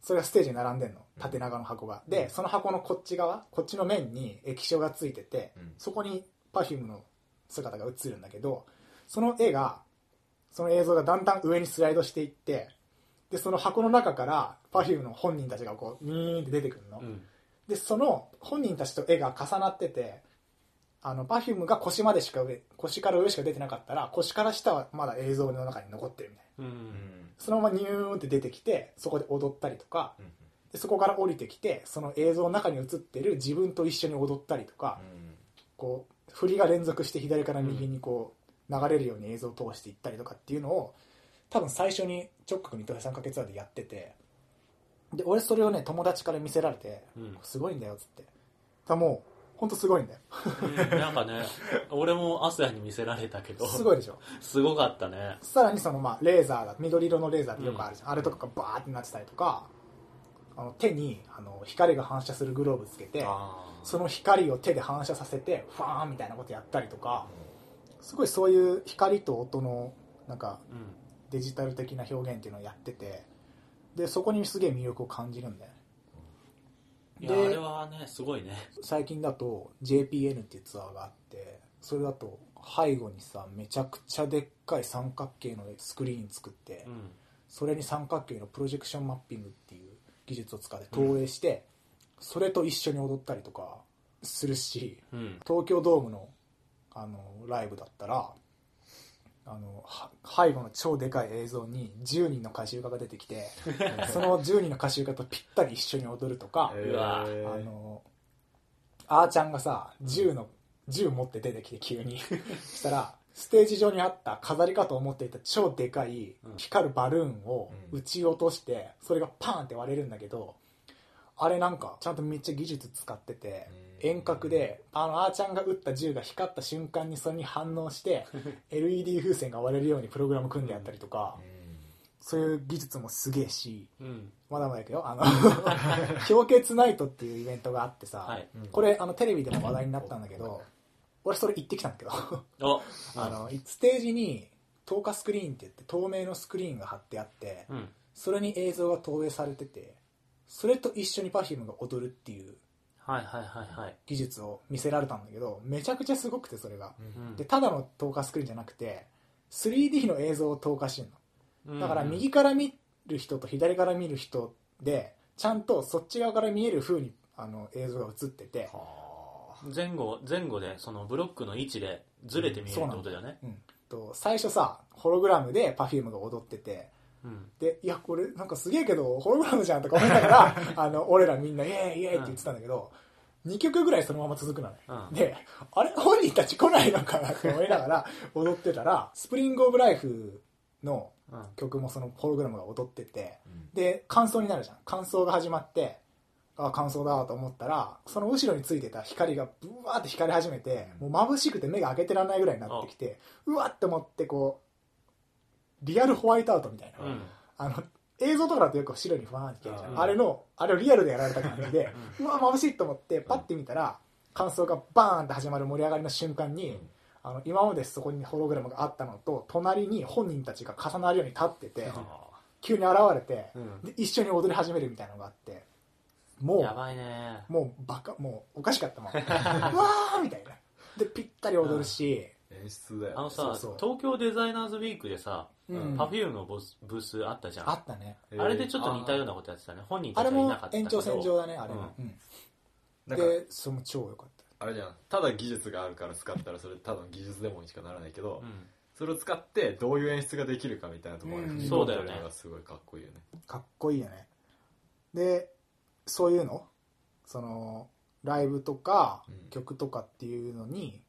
それがステージに並んでんの縦長の箱がでその箱のこっち側こっちの面に液晶がついてて、
うん
そこに Perfume の姿が映るんだけどその絵がその映像がだんだん上にスライドしていってでその箱の中から Perfume の本人たちがこううーんって出てくるの、
うん。
でその本人たちと絵が重なっててあの Perfume が腰までしか上腰から上しか出てなかったら腰から下はまだ映像の中に残ってるみたいな
うん。
そのままニューンって出てきてそこで踊ったりとか
うん
でそこから降りてきてその映像の中に映ってる自分と一緒に踊ったりとか、こう振りが連続して左から右にこう流れるように映像を通していったりとかっていうのを多分最初に直角に土平三角ツアーでやっててで俺それをね友達から見せられて、
うん
すごいんだよっつってだからもう本当すごいんだよ
うんなんかね、 俺もアスヤに見せられたけど、
すごいでしょ
すごかったね。
さらにそのまあレーザーだ緑色のレーザーってよくあるじゃん、あれとかがバーってなってたりとかあの手にあの光が反射するグローブつけて
あー
その光を手で反射させてファーンみたいなことやったりとかすごいそういう光と音のなんか
うん。
デジタル的な表現っていうのをやっててでそこにすげえ魅力を感じるんだよね
いや、
で
あれはね、すごいね。
最近だと JPN っていうツアーがあってそれだと背後にさめちゃくちゃでっかい三角形のスクリーン作って、
うん。
それに三角形のプロジェクションマッピングっていう技術を使って投影して、それと一緒に踊ったりとかするし
うん。
東京ドームのあのライブだったらあのは背後の超でかい映像に10人の歌集家が出てきてその10人の歌集家とぴったり一緒に踊るとか、
えー
うわ
あのあーちゃんがさ銃の、銃持って出てきて急 にそしたらステージ上にあった飾りかと思っていた超でかい
うん
光るバルーンを
うん
撃ち落としてそれがパーンって割れるんだけどあれなんかちゃんとめっちゃ技術使ってて
うん
遠隔であのあーちゃんが撃った銃が光った瞬間にそれに反応して LED 風船が割れるようにプログラム組んでやったりとかそういう技術もすげえし
うん。
まだまだいくよあ の氷結ナイトっていうイベントがあってさ、
はい。
うん
これあのテレビでも話題になったんだけど俺それ行ってきたんだけど
お、
あのステージに透過スクリーンって言って透明のスクリーンが貼ってあって
うん。
それに映像が投影されててそれと一緒に Perfume が踊るっていう
はいはいはいはい。
技術を見せられたんだけどめちゃくちゃすごくてそれが
うん
でただの透過スクリーンじゃなくて 3D の映像を透過してるのだから右から見る人と左から見る人でちゃんとそっち側から見える風にあの映像が映ってて
は
前後前後でそのブロックの位置でずれて見えるってことだよね
うん、と最初さホログラムで Perfume が踊ってて
うん
でいやこれなんかすげえけどホログラムじゃんとか思いなが らあの俺らみんなイエーイイエーイって言ってたんだけど、2曲ぐらいそのまま続くのね、
うん
であれ本人たち来ないのかなって思いながら踊ってたら「スプリング・オブ・ライフ」の
うん
曲もそのホログラムが踊ってて
うん
で感想になるじゃん感想が始まってあ感想だと思ったらその後ろについてた光がブワーって光り始めてもう眩しくて目が開けてらんないぐらいになってきてうわって思ってこうリアルホワイトアウトみたいな、
うん
あの映像とかだとよく白にファーンって消えるじゃん
う
あ
ん
れのあれをリアルでやられた感じで、うわ眩しいと思ってパッて見たら感想がバーンって始まる盛り上がりの瞬間に、
うん
あの今までそこにホログラムがあったのと隣に本人たちが重なるように立ってて急に現れて、
うん
で一緒に踊り始めるみたいなのがあっても
や
う
ばいね
もうバカもうおかしか ったもんうわーみたいなでぴったり踊るし、
演出だよ
あの
そ
さ
うそう
東京デザイナーズウィークでさ
う
うん
ん、
パフュームのボスブースあったじゃん
あ
あ
ったね
えー
れでちょっと似たようなことやってたね本人
あ
たち
れ
はい
も
なかったけど
延長線上だねあれも、
う
うん
なんか
でそれも超良かった
あれじゃんただ技術があるから使ったらそれただの技術デモにしかならないけど、
うん
それを使ってどういう演出ができるかみたいなところまで
うん
踏み込んで
そうだ
る
よ
の
ね
がすごいかっこいいよね
かっこいいよねでそういうのそのライブとか
うん
曲とかっていうのに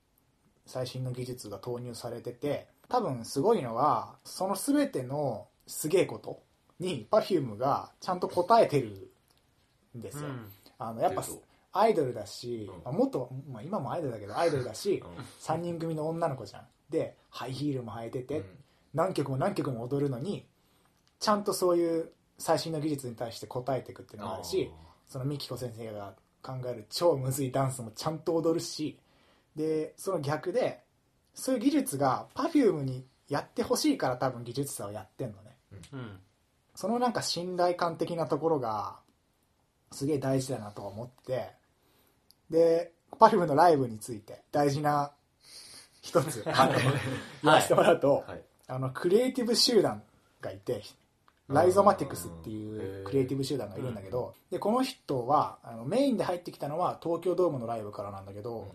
最新の技術が投入されてて多分すごいのはその全てのすげえことに Perfume がちゃんと応えてるんですよ、
うん
あのやっぱ
けど
アイドルだし
うん、
まあ、元、まあ、今もアイドルだけどアイドルだし
うん
3人組の女の子じゃんでハイヒールも履いてて、
うん
何曲も何曲も踊るのにちゃんとそういう最新の技術に対して応えていくっていうのもあるしその美紀子先生が考える超むずいダンスもちゃんと踊るしでその逆でそういう技術が Perfume にやってほしいから多分技術者をやってんのね
うん
そのなんか信頼感的なところがすげえ大事だなと思ってでパフィムのライブについて大事な一つあの言わせてもらうと、
はい。
あのクリエイティブ集団がいてライゾマティクスっていうクリエイティブ集団がいるんだけど、でこの人はあのメインで入ってきたのは東京ドームのライブからなんだけど、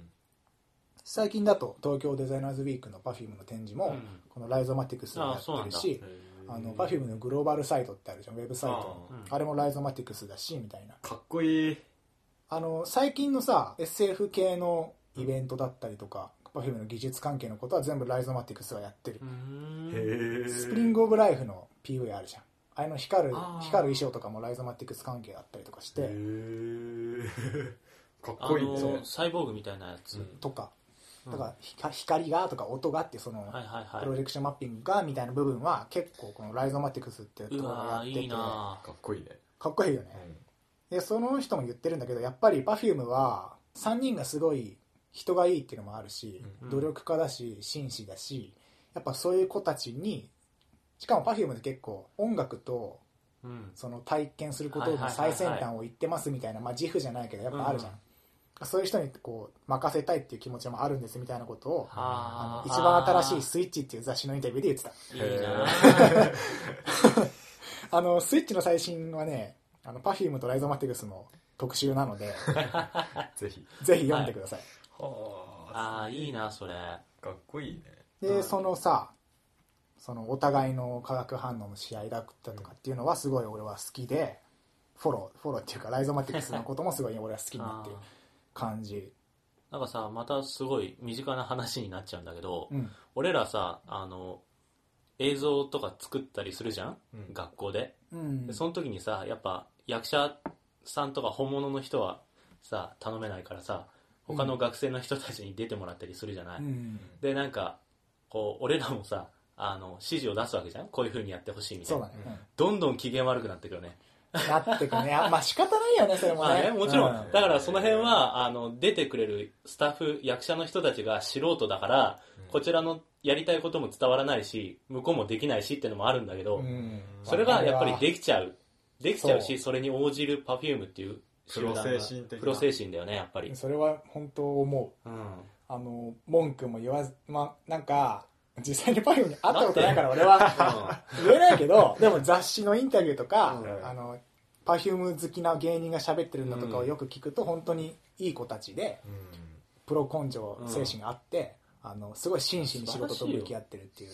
最近だと東京デザイナーズウィークの Perfume の展示も、
うん
このライゾマティクスでやってるしあの Perfume のグローバルサイトってあるじゃんウェブサイト
うん
あれもライゾマティクスだしみたいな
かっこいい。
あの最近のさ SF 系のイベントだったりとか Perfume の技術関係のことは全部ライゾマティクスがやってる
うーん
へ
スプリング・オブ・ライフの PV あるじゃんあれの光る
あー
光る衣装とかもライゾマティクス関係だったりとかし
へ
て
ーかっ
あ
こいいね
の。サイボーグみたいなやつ、
うん
とか
うん
だからひか光がとか音がってその
はいはいはい
プロジェクションマッピングがみたいな部分は結構このライゾマティクスっていうとこ
う
ろがや
わ
っ
ー
てて
いいな
かっこいいね。
かっこいいよねでその人も言ってるんだけどやっぱり Perfume は3人がすごい人がいいっていうのもあるし、
うん
努力家だし紳士だしやっぱそういう子たちにしかも Perfume って結構音楽と
ぁうん
その体験すること
はい
の
はいはいはい
最先端を言ってますみたいな、まあ、自負じゃないけどやっぱあるじゃん、
うん
そういう人にこう任せたいっていう気持ちもあるんですみたいなことをあ
あ
の
ー
一番新しい「スイッチ」っていう雑誌のインタビューで言って た
いいなぁ
あのスイッチの最新はねあの Perfume とライゾマティクスの特集なの で
ぜひ。
ぜひ読んでください、
は
あーいいなそれ
あ。かっこいいね。
で、
うん
そのさそのお互いの化学反応の試合だったとかっていうのはすごい俺は好きでフォローフォローっていうかライゾマティクスのこともすごい俺は好きにな
あ
って
ー
る感じ、
なんかさまたすごい身近な話になっちゃうんだけど、
うん、
俺らさあの映像とか作ったりするじゃん、
うん
学校で
うん
でその時にさやっぱ役者さんとか本物の人はさ頼めないからさ他の学生の人たちに出てもらったりするじゃない、
うん
でなんかこう俺らもさあの指示を出すわけじゃんこういう風にやってほしいみた
そ
いうな、
だね、う
どんどん機嫌悪くなってくよね
んなってく ねあまあ仕方ないよねそれも
まあ
ね
ね、もちろん、
う
だからその辺はあの出てくれるスタッフ役者の人たちが素人だから、
うん
こちらのやりたいことも伝わらないし向こうもできないしってのもあるんだけど、
うん
それがやっぱりできちゃうできちゃう
そう
しそれに応じる Perfume っていう集団が
プロ精神的な
プロ精神だよねやっぱり、
それは本当思う
うん、
あの文句も言わずまあなんか実際にパリムに会ったことないから俺 は言えないけどでも雑誌のインタビューとか、
うん
あのパフューム好きな芸人が喋ってるのとかをよく聞くと本当にいい子たちで
うん
プロ根性精神があって、あのすごい真摯に仕事と向き合ってるっていう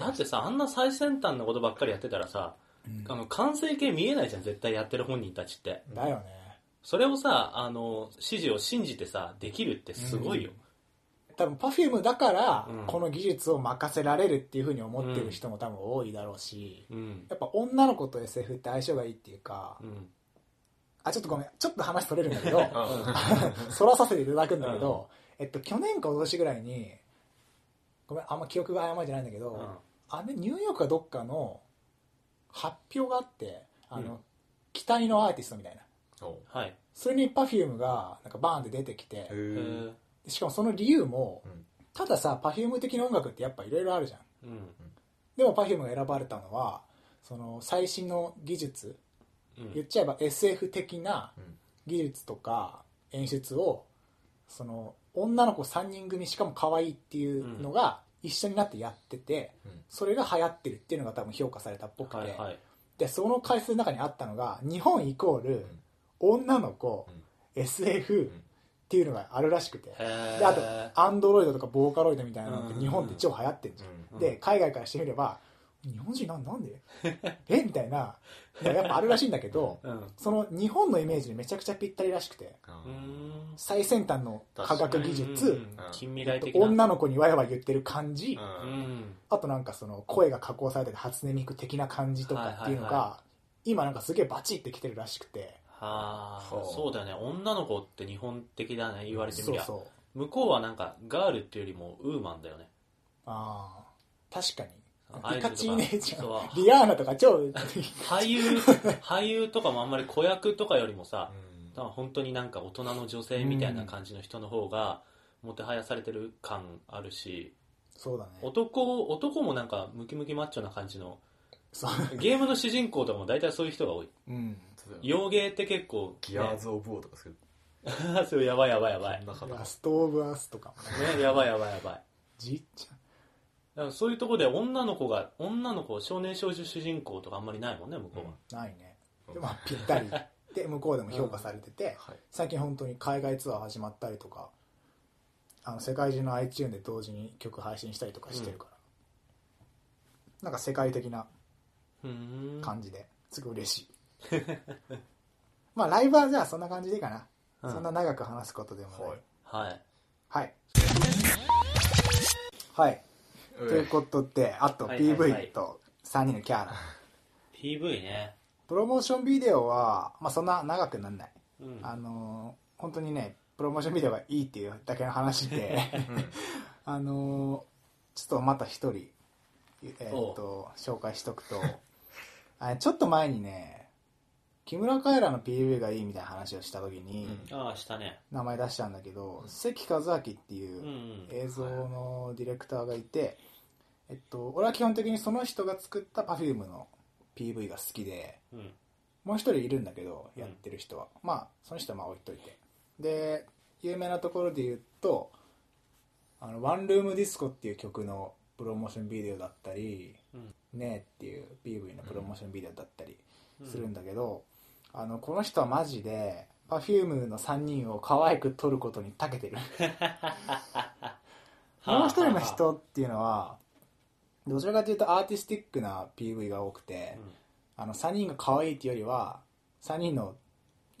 だってさあんな最先端のことばっかりやってたらさ、あの完成形見えないじゃん絶対やってる本人たちって
だよね
それをさあの指示を信じてさできるってすごいよ、
多分パフュームだから、
うん
この技術を任せられるっていうふうに思ってる人も多分多いだろうし、
うん
やっぱ女の子と SF って相性がいいっていうか、
うん
あちょっとごめんちょっと話取れるんだけ ど
あ
そらさせていただくんだけど、えっと、去年か一昨年ぐらいにごめんあんま記憶が曖昧じゃないんだけど、
うん
あれニューヨークかどっかの発表があってあの、
うん
期待のアーティストみたいな
お
はい
それに Perfume がなんかバーンって出てきて
へー
しかもその理由も、
うん
たださ Perfume 的な音楽ってやっぱいろいろあるじゃん
うん
でも Perfume が選ばれたのはその最新の技術
うん
言っちゃえば SF 的な
うん
技術とか演出をその女の子3人組しかも可愛いっていうのが一緒になってやってて、
うん
それが流行ってるっていうのが多分評価されたっぽくて、
はいはい
でその回数の中にあったのが日本イコール女の子、SF っていうのがあるらしくて、
へ
であとアンドロイドとかボーカロイドみたいなのって
うん
日本で超流行ってるじゃん、
うん
で海外からしてみれば日本人なんなんでえみたいなのがやっぱあるらしいんだけど
うんう
その日本のイメージにめちゃくちゃぴったりらしくて
ーん
最先端の科学技
うんう
術
んうん近未来的な
女の子にわやわや言ってる感じ、
うん
う
うん
ん
あとなんかその声が加工されてて初音ミク的な感じとかっていうのが、
はいは
今なんかすげえバチってきてるらしくて
はあ
はあ
そうだよね女の子って日本的だね言われてみ
そう
りゃ
そう
向こうはなんかガールっていうよりもウーマンだよね
ああ確か
ア
にピ
イ
カ
ドルとか
チュウ姉ちゃん
そう
リアーナとか超
俳優俳優とかもあんまり子役とかよりもさ多分本当になんか大人の女性みたいな感じの人の方がもてはやされてる感あるし
そうだね
男男もなんかムキムキマッチョな感じの
そう。
ゲームの主人公とかも大体そういう人が多い。
うん。
洋芸って結構、
ギアーズ・オブ・オーとかする
それやばいやばいやばい。ね、
なかな
ラ
か
ストオブアースとかもね。
やばいやばいやばい。
じっちゃん。
だからそういうとこで女の子が、女の子、少年少女主人公とかあんまりないもんね、向こうは。
ないね
うん
でまあぴったりで向こうでも評価されてて、
はい
最近本当に海外ツアー始まったりとかあの世界中の iTune で同時に曲配信したりとかしてるから、なんか世界的な
うーん。
感じですごい嬉しい まあライブはじゃあそんな感じでいいかな、
うん
そんな長く話すことでもない
はい
はい。
はいはい、
うん
ということであと
はいはいはい
PV と3人のキャラ、
PV ね。
プロモーションビデオは、まあ、そんな長くなんない
うん。
あのー本当にねプロモーションビデオがいいっていうだけの話 であのーちょっとまた一人、えーっと紹介しとくと あちょっと前にね木村カエラの PV がいいみたいな話をした時に、
うん
ああ、したね。。
名前出したんだけど、関和明っていううん映像のディレクターがいて、えっと、俺は基本的にその人が作った Perfume の PV が好きで。
うん。
もう一人いるんだけどやってる人は、まあその人はまあ置いといてで有名なところで言うと「あのワンルームディスコ」っていう曲のプロモーションビデオだったり「
うん
ねえ」っていう PV のプロモーションビデオだったり
うん
するんだけど、あのこの人はマジで Perfume の3人を可愛く撮ることに長けてるこの一人の人っていうのはどちらかというとアーティスティックな PV が多くて、あの3人が可愛いっていうよりは3人の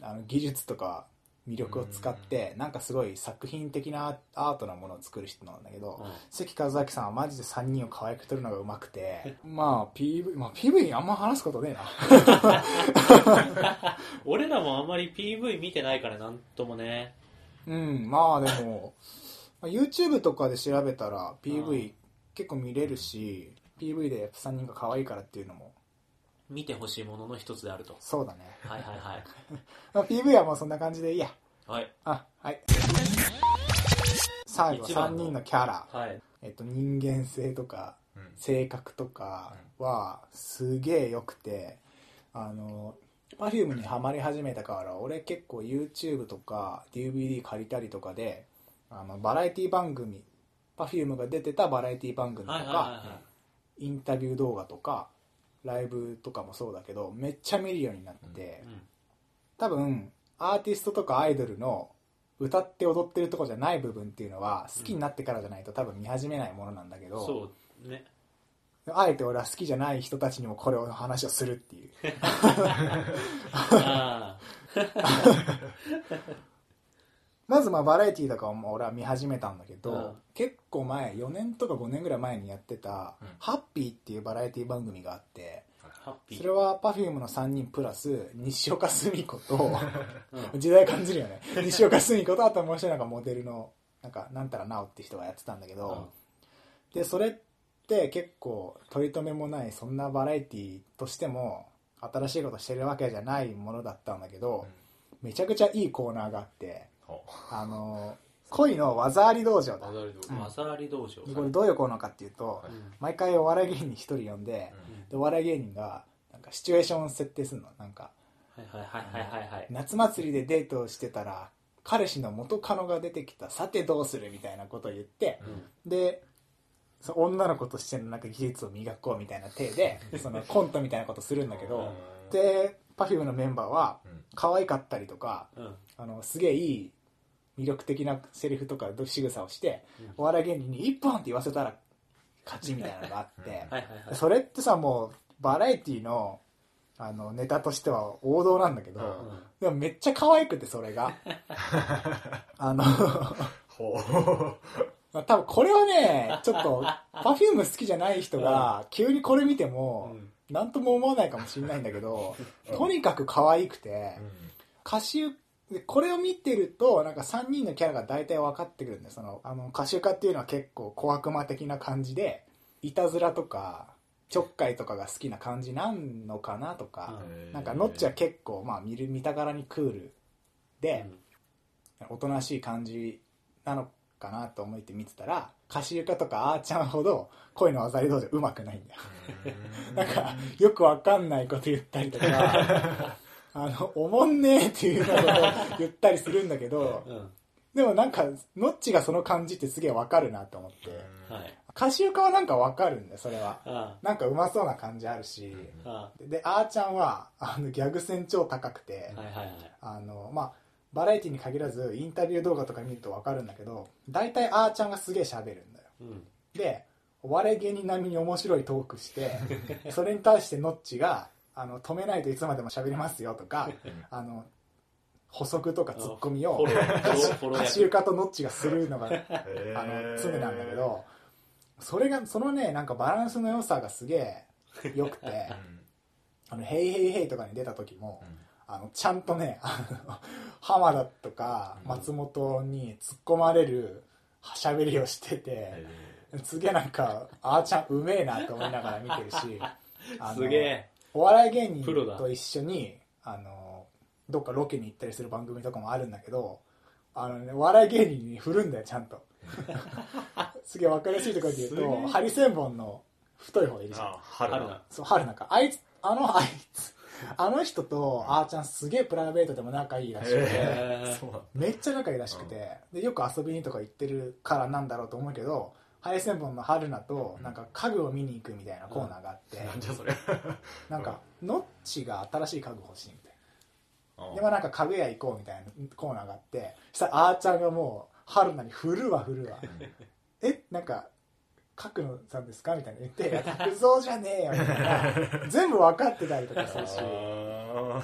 あの技術とか魅力を使ってなんかすごい作品的なアートなものを作る人なんだけど、
うん
関和明さんはマジで3人を可愛く撮るのがうまくてまあ PV まあ PV あんま話すことねえな
俺らもあんまり PV 見てないからなんともね。
うんまあでもまあ YouTube とかで調べたら
う
PV
ん
結構見れるし PV で3人が可愛いからっていうのも
見てほしいものの一つであると。
そうだね、
はいはいはい。
まあ PV はもうそんな感じでいいや
はい。
あはい最後
一番
3
の
人のキャラ
はい。
えっと、人間性とか
うん
性格とかはすげえ良くてあの Perfume にハマり始めたから俺結構 YouTube とか DVD 借りたりとかであのバラエティ番組 Perfume が出てたバラエティ番組と
はいはい
か
は
インタビュー動画とかライブとかもそうだけどめっちゃ見るようになって
い。うん
多分アーティストとかアイドルの歌って踊ってるとこじゃない部分っていうのは好きになってからじゃないと多分見始めないものなんだけど、
そうね。
あえて俺は好きじゃない人たちにもこれを話をするって いう。
あ
まずまあバラエティーとかも俺は見始めたんだけど、
うん
結構前、4年とか5年ぐらい前にやってた、
うん
ハッピーっていうバラエティー番組があって、
あ、ハッピ
そ
ー
れ。は Perfume の3人プラス、西岡澄子と、
う ん
時代感じる よね。西岡澄子と、あともう一人なんかモデルの、なんか、なんたらなおって人がやってたんだけど、でそれって結構取り留めもないそんなバラエティとしても新しいことしてるわけじゃないものだったんだけど、めちゃくちゃいいコーナーがあって
ほう
あの恋の技あり道場だ
あなるほど
マサラリ道場。
これどういうコーナーかっていうと、
はい
うん
毎回お笑い芸人一人呼んで,、
うん
でお笑い芸人がなんかシチュエーションを設定するのなんか
はいはいはいはいはいはい。
夏祭りでデートをしてたら彼氏の元カノが出てきたさてどうするみたいなことを言って、
う
でその女の子としてのなんか技術を磨こうみたいな体でそのコントみたいなことするんだけど
うん
で Perfume のメンバーは
うん
可愛かったりとか
ん。うん。
あのすげえいい魅力的なセリフとか仕草をして
うん
お笑い芸人に「一本!」って言わせたら勝ちみたいなのがあって
うん
はいはいはい。
それってさもうバラエティのあのネタとしては王道なんだけど、
うん
でもめっちゃ可愛くてそれがあの
ほう
まあ、多分これはね、ちょっと、Perfume 好きじゃない人が、急にこれ見ても、なんとも思わないかもしれないんだけど、とにかく可愛くて
う、ん
歌手、でこれを見てると、なんか3人のキャラが大体分かってくるんだよ。その、あの、歌手化っていうのは結構小悪魔的な感じで、いたずらとか、ちょっかいとかが好きな感じなんのかなとか、なんか、ノッチは結構、まあ、見る、見たからにクールで、
うん
おとなしい感じなのかなと思って見てたら歌詞床とかあーちゃんほど恋の技り道場うまくないんだよなんかよくわかんないこと言ったりとか あのおもんねえっていうようなことを言ったりするんだけど
うん。
でもなんかノッチがその感じってすげえわかるなと思って
はい。
歌詞床はなんかわかるんだよそれは
あ
なんかうまそうな感じあるし、
あ、あ
であーちゃんはあのギャグ線超高くて、
あ、はいはいはい。
あのまあバラエティに限らずインタビュー動画とか見ると分かるんだけど大体あーちゃんがすげえ喋るんだよ
うん。
でお笑い芸人並みに面白いトークして それに対してノッチがあの止めないといつまでも喋りますよとか
ん
あの補足とかツッコミ
フォ
を
ロー、フォロ
橋
ー役。
床とノッチがするのがあ
へ
の
ー
常なんだけどそれがそのねなんかバランスの良さがすげえ良くて
うん
「あのヘイヘイヘイ」とかに出た時も、
うん
あのちゃんとねあの浜田とか松本に突っ込まれる喋りをしてて、
え
すげえなんかあーちゃんうめえなと思いながら見てるしあの
すげえ。
お笑い芸人
プロだ
と一緒にあのどっかロケに行ったりする番組とかもあるんだけどあの、ね、お笑い芸人に振るんだよちゃん とすげえ分かりやすいところで言う
すげえ
とハリセンボンの太い方いるじゃん
あ春
春菜。
そう、春菜か。あいつ、あの、あいつ、あの人と、あーちゃんすげえプライベートでも仲いいらしくて、
へー
そうなんだ
めっちゃ仲いいらしくて、で、よく遊びにとか行ってるからなんだろうと思うけど、ハリセンボンの春菜と、なんか家具を見に行くみたいなコーナーがあって、
なんじゃそれ
なんか、ノッチが新しい家具欲しいみたいな。で、まあなんか家具屋行こうみたいなコーナーがあって、そしたらあーちゃんがもう、春菜に振るわ振るわ。えなんか角野さんですかみたいな言って「いや角蔵じゃねえよ」みたいな全部分かってたりとかするし
あ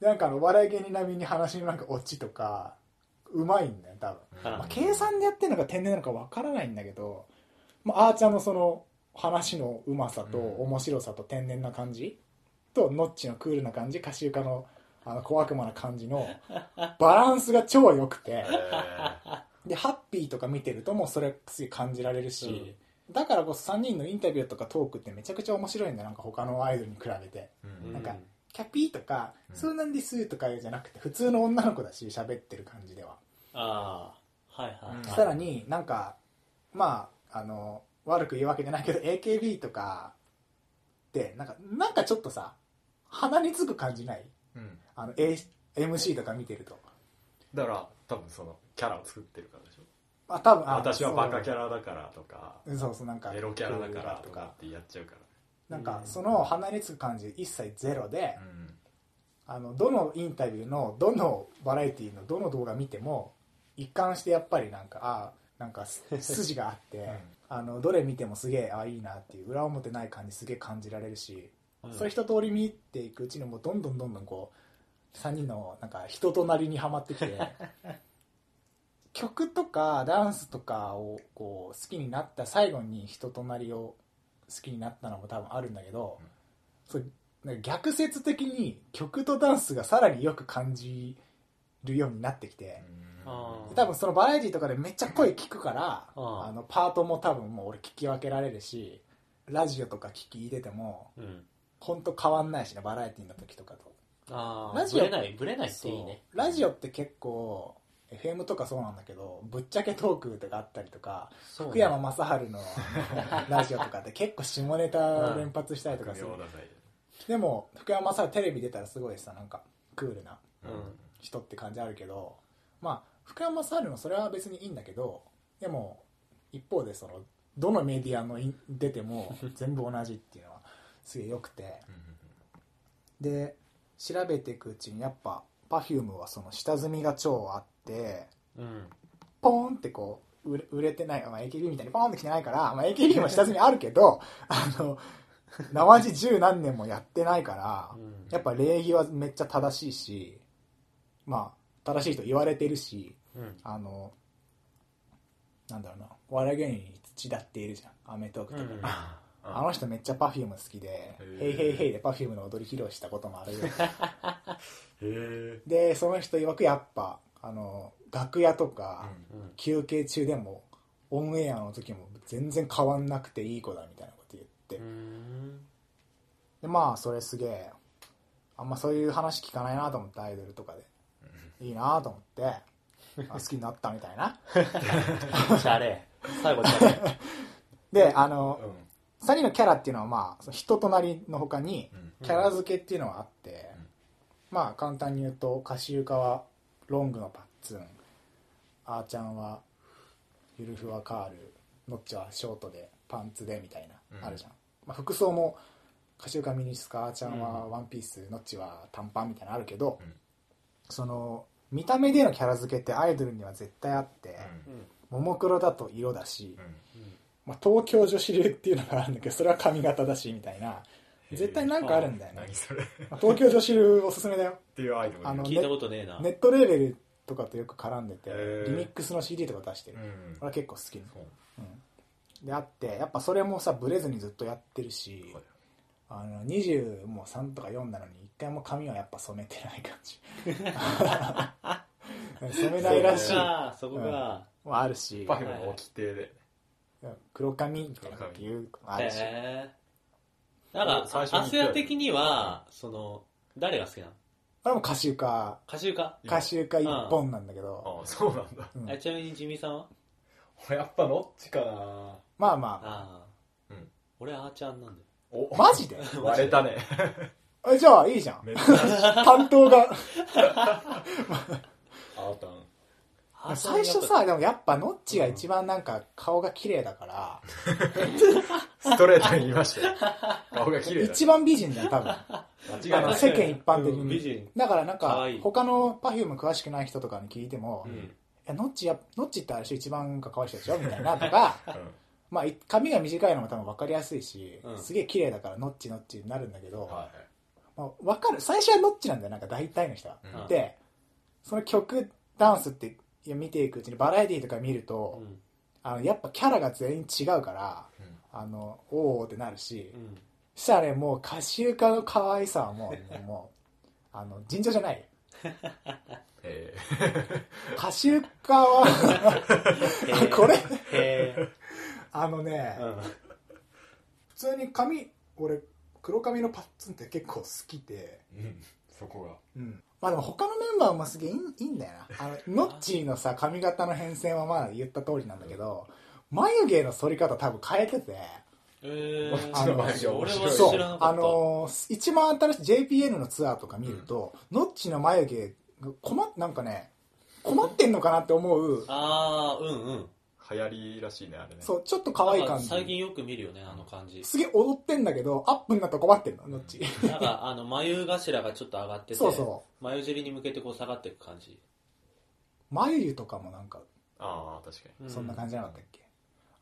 でなんかあの笑い芸人並みに話のなんかオチとかうまいんだよ多分、
あら
まあ、計算でやってるのか天然なのか分からないんだけど、まあ、あーちゃんのその話のうまさと
うん
面白さと天然な感じとノッチのクールな感じ歌手家のあの小悪魔な感じの バランスが超良くて
ー。へ
でハッピーとか見てるともうそれすげえ感じられるし、だからこそ3人のインタビューとかトークってめちゃくちゃ面白いんだよなんか他のアイドルに比べて
ー
う
なんかキャピーとか、
うん
そうなんですとかじゃなくて普通の女の子だし喋ってる感じでは、
ああ、はいはい。
うん
さらになんかまああの悪く言うわけじゃないけど AKB とかってなんかなんかちょっとさ鼻につく感じない
うん
あの、A、MC とか見てると
だから多分そのキャラを作ってるからでしょ
あ多分あ
私はバカキ
ャ
ャラだからとか
ラそうそうなんか
エロキャラだからとかってやっちゃうか
なんかその離れつく感じ一切ゼロで
ら、う
あのどのインタビューのどのバラエティーのどの動画見ても一貫してやっぱりなんかあーなんかす筋があって、
ん
あのどれ見てもすげえあーいいなっていう裏表ない感じすげえ感じられるし、
うん
そういう一通り見ていくうちにもうどんどんどんどんこう3人のなんか人となりにはまってきて 曲とかダンスとかをこう好きになった最後に人となりを好きになったのも多分あるんだけど、そうなんか逆説的に曲とダンスがさらによく感じるようになってきて、
あー
多分そのバラエティとかでめっちゃ声聞くから、
うん
あのパートも多分もう俺聞き分けられるしラジオとか聞き入れても
うん。
本当変わんないしねバラエティの時とかと
ああ、
ラジオ
ぶれない、ぶれないっていいね。
そうラジオって結構 FM とかそうなんだけどぶっちゃけトークとかあったりとか
そうね
福山雅治のあのラジオとかって結構下ネタ連発したりとか する、でも福山雅治テレビ出たらすごいさなんかクールな
うん
人って感じあるけどまあ福山雅治のそれは別にいいんだけどでも一方でそのどのメディアのい出て も全部同じっていうのはすげえ良くてで調べていくうちにやっぱ Perfume はその下積みが超あって
うん。
ポーンってこう売れ売れてない、まあ、AKB みたいにポーンって来てないから、まあ、AKB も下積みあるけ どあの生地十何年もやってないから。
うん
やっぱ礼儀はめっちゃ正しいし、まあ、正しいと言われてるし、
うん。
あの、なんだろうな、お笑い芸人に土だっているじゃん、アメトークとか。
うん
あの人めっちゃ Perfume 好きで、
ー
ヘイヘイヘイで Perfume の踊り披露したこともあるぐらい。
へ
で、その人曰くやっぱ、あの、楽屋とか、
うん。
休憩中でも、オンエアの時も全然変わんなくていい子だみたいなこと言って、
うん。
でまあそれすげえ あんまそういう話聞かないなと思ってアイドルとかでいいなと思ってあ好きになったみたいな。
シャレ。最後、シャレ。
で、あの
う、ん
3人のキャラっていうのは、まあ、その人となりの他に、キャラ付けっていうのはあって、
うん
まあ、簡単に言うと、カシウカはロングのパッツン、あーちゃんはゆるふわカール、ノッチはショートで、パンツでみたいな、
うん
あるじゃん。まあ、服装も、カシウカミニスカ、あーちゃんはワンピース、ノッチは短パンみたいなのあるけど、
うん
その、見た目でのキャラ付けってアイドルには絶対あって、
う。
うん
ももクロだと色だし、
ん
まあ、東京女子流っていうのがあるんだけどそれは髪型だしみたいな
うん
絶対なんかあるんだよね
何それっ
まあ東京女子流おすすめだよ
ていうアイドル
あの
聞いたことねえな。
ネットレーベルとかとよく絡んでて
へー
リミックスの CD とか出して
う
る
ん
俺は結構好きなの
そう
うんであってやっぱそれもさブレずにずっとやってるし
はい
あの20もう3とか4なのに一回も髪はやっぱ染めてない感 じ染めないらしい
そこかそこが。
もあるし
パフェの規定で
黒髪みたいなこと言うのもあるし
へえ。なん
最
か、ア
初に言った
セ
よ
ア的には、その、誰が好きなの
あれもカシウカ
歌手か
歌手か一本なんだけど、
ああそうなんだ
うん
あちなみにジミーさんは
やっぱノッチかな
まあま
ああ。
うん
俺、あーちゃんなんだよ。
お
あマジで
割れたね
えじゃあいいじゃん
めっちゃ
担当が
あたん
あーちゃん
最初さでもやっぱノッチが一番なんか顔が綺麗だから、
ストレートに言いましたよ顔が綺麗だ
一番美人じゃん多分あ
間違い
の
ない
世間一般的に、
うん美人
だからなんか
可愛い
他の Perfume 詳しくない人とかに聞いても
う
「い
ん。
やノッチやノッチってあれでしょ一番なんか可愛い人でしょ?」みたいなとか
う
まあい髪が短いのも多分分かりやすいし、
うん
すげえ綺麗だからノッチノッチになるんだけど、
んは
まあ、分かる最初はノッチなんだよなんか大体の人は。
い
うん
でその曲ダンスって見ていくうちにバラエティーとか見ると、
うん。
あのやっぱキャラが全員違うから
うん
あのおーおーってなるし、
うん。
したらねもう歌集家の可愛さはもうもうあの尋常じゃないよ
え
歌集家 は
へー
これ
へえ。
あのね、
うん。
普通に髪俺黒髪のパッツンって結構好きで、
えうんそこが
うん、まあでも他のメンバーもすげえいいいいんだよなあ のノッチーのさ髪型の変遷はまあ言った通りなんだけど、眉毛の剃り方多分変えてて
えー、
あの
俺は
そ
知
う
らなかった。
あのー一番新しい JPN のツアーとか見ると、ノッチの眉毛が困っなんかね困ってんのかなって思う
あー、うんうん。
流行りらしいねあれね
そうちょっと可愛い
なん
感
か
じ
最近よく見るよね、あの感じ。
すげえ踊ってんだけどアップになったら困ってんのノッチ
なんか、あの、眉頭がちょっと上がってて、
そうそ
眉尻に向けてこう下がっていく感じ。
眉毛とかもなんか
ああ確かに
そんな感じじゃなかったっけ、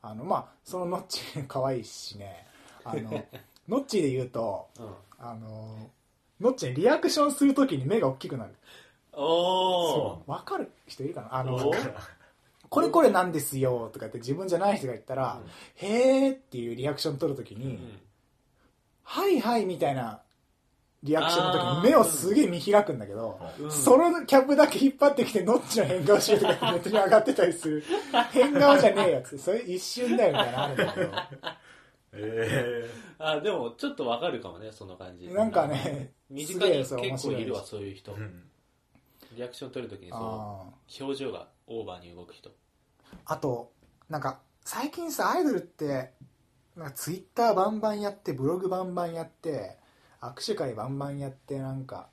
あのまあそのノッチ可愛いしねあ のノッチで言うと
じ。うん。
あのノッチにリアクションするときに目が大きくなる
おー。
わかる人いるかなあの
おー
これこれなんですよとかって自分じゃない人が言ったら、へーっていうリアクション取るときに、
うん
はいはいみたいなリアクションの
あ
時
ー
に目をすげえ見開くんだけど、
うん
そのキャップだけ引っ張ってきてノッチの変顔しようとかってネットに上がってたり する変顔じゃねえやつそれ一瞬だよみたいなのあるんだ
え
あでもちょっとわかるかもねその感
け
じ
どなんかね
身
す
近
げ
に
えそれ面
結構
白
いる
で
わ
す
そういう人
えうん
リアクション取るときにそ
あ
う表情がオーバーに動く人
ーあとなんか最近さアイドルってなんかツイッターバンバンやってブログバンバンやって握手会バンバンやってなんか、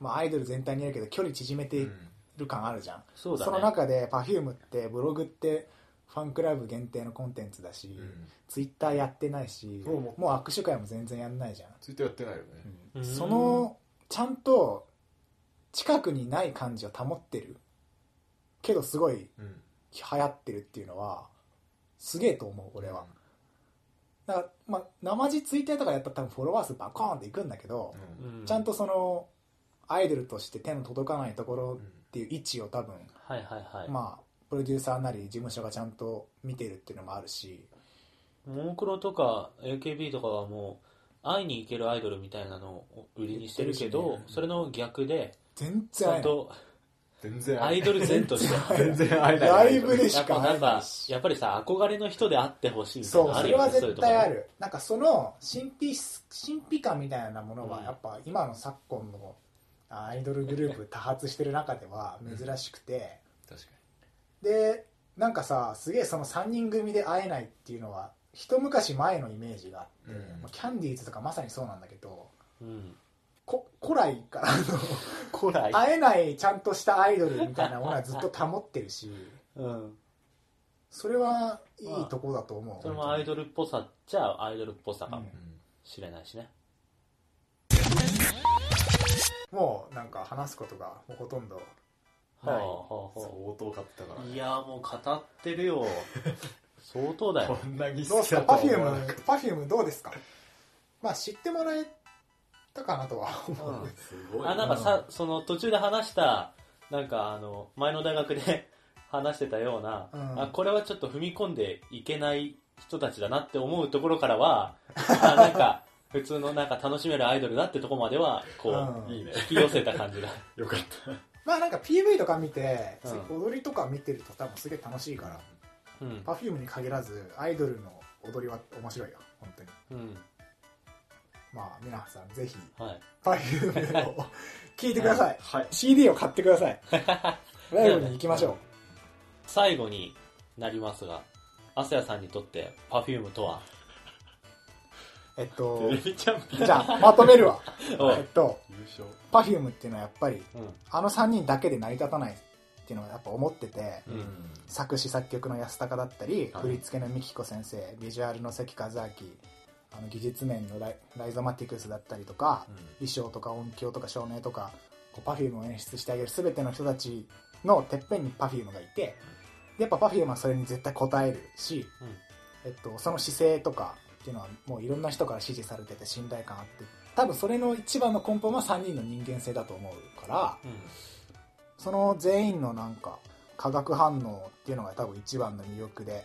まあ、アイドル全体にやるけど距離縮めている感あるじゃん、
そ
その中で Perfume ってブログってファンクラブ限定のコンテンツだし、
うん
ツイッターやってないし
そう
も
も
う握手会も全然やんないじゃん、
ツイッターやってないよね
うん
そのちゃんと近くにない感じを保ってるけどすごい
うん
流行ってるっていうのはすげえと思う俺は、だからまあ生地ツイッターとかやったら多分フォロワー数バコーンっていくんだけど、
うん
ちゃん
と
とそのアイドルとして手の届かないところ
う
っ
ん
ていう位置を多分
はいはいはい、
まあプロデューサーなり事務所がちゃんと見てるっていうのもあるし
モンクロとか AKB とかはもう会いに行けるアイドルみたいなのを売りにしてる
言
け
っ
ど
てるしね
それの逆で
全
ち
然
ゃ
会えな
ん
い
と
全然
アイドル前として
全然会えない
ライブでし
やっ
か
ぱ
会
な
え
ん
ない
か
し
やっぱりさ憧れの人であってほしいみたい
そ
な
う
のあ
それ
るよ
は
ねそういう
絶
ところ
対あるなんかその神秘神秘感みたいなものはやっぱ 今の昨今のアイドルグループ多発してる中では珍しくて
確か
でなんかさすげえその3人組で会えないっていうのは一昔前のイメージがあって、
うん
まあキャンディーズとかまさにそうなんだけど
うん。
こ古来からあの
古来
会えないちゃんとしたアイドルみたいなものはずっと保ってるし
うん。
それはいいとこだと思、
そうれもアイドルっぽさっちゃアイドルっぽさか
う
も
ん
しれないしね。
もうなんか話すことがもうほとんど
は
はい
は
い
あは
相当買ってたから
あ
ね
いや、もう語ってるよ。相当だよ。
こんなに
どう
好
で
き
すか
だと
パ
は
フュ
思
ー
わなか
ム
っ
パフュームどうですかまあ知ってもらえたかなとは 思 う、
うん
たすごい
あ、なんかさ、その途中で話した、なんかあの、前の大学で話してたような、
うん
あ、これはちょっと踏み込んでいけない人たちだなって思うところからは、あなんか、普通のなんか楽しめるアイドルだってとこまでは、こう、
うん
いいね
引き寄せた感じだ。
よかった
まあなんか PV とか見て、
うん
踊りとか見てると多分すげえ楽しいから
うん。
パフュームに限らずアイドルの踊りは面白いよ本当に
うん。
まあ皆さんぜひ
はい。
パフュームを聞いてください
はい
CD を買ってくださいライブに行きましょう
最後になりますが、アセヤさんにとって Perfume とは、
えっと
テレビチャンピオン
じゃあまとめるわ
お
えっと
優勝
Perfume っていうのはやっぱり
うん。
あの3人だけで成り立たないっていうのはやっぱ思ってて、
うん
作詞作曲の安高だったり、
はい
振り付けの美紀子先生ビジュアルの関和明あの技術面のライライゾマティクスだったりとか、衣装とか音響とか照明とかこう Perfume を演出してあげる全ての人たちのてっぺんに Perfume がいてでやっぱ Perfume はそれに絶対応えるし、
うん
えっと、その姿勢とかっていうのはもういろんな人から支持されてて信頼感あって多分それの一番の根本は3人の人間性だと思うから。
うん。
その全員のなんか化学反応っていうのが多分一番の魅力で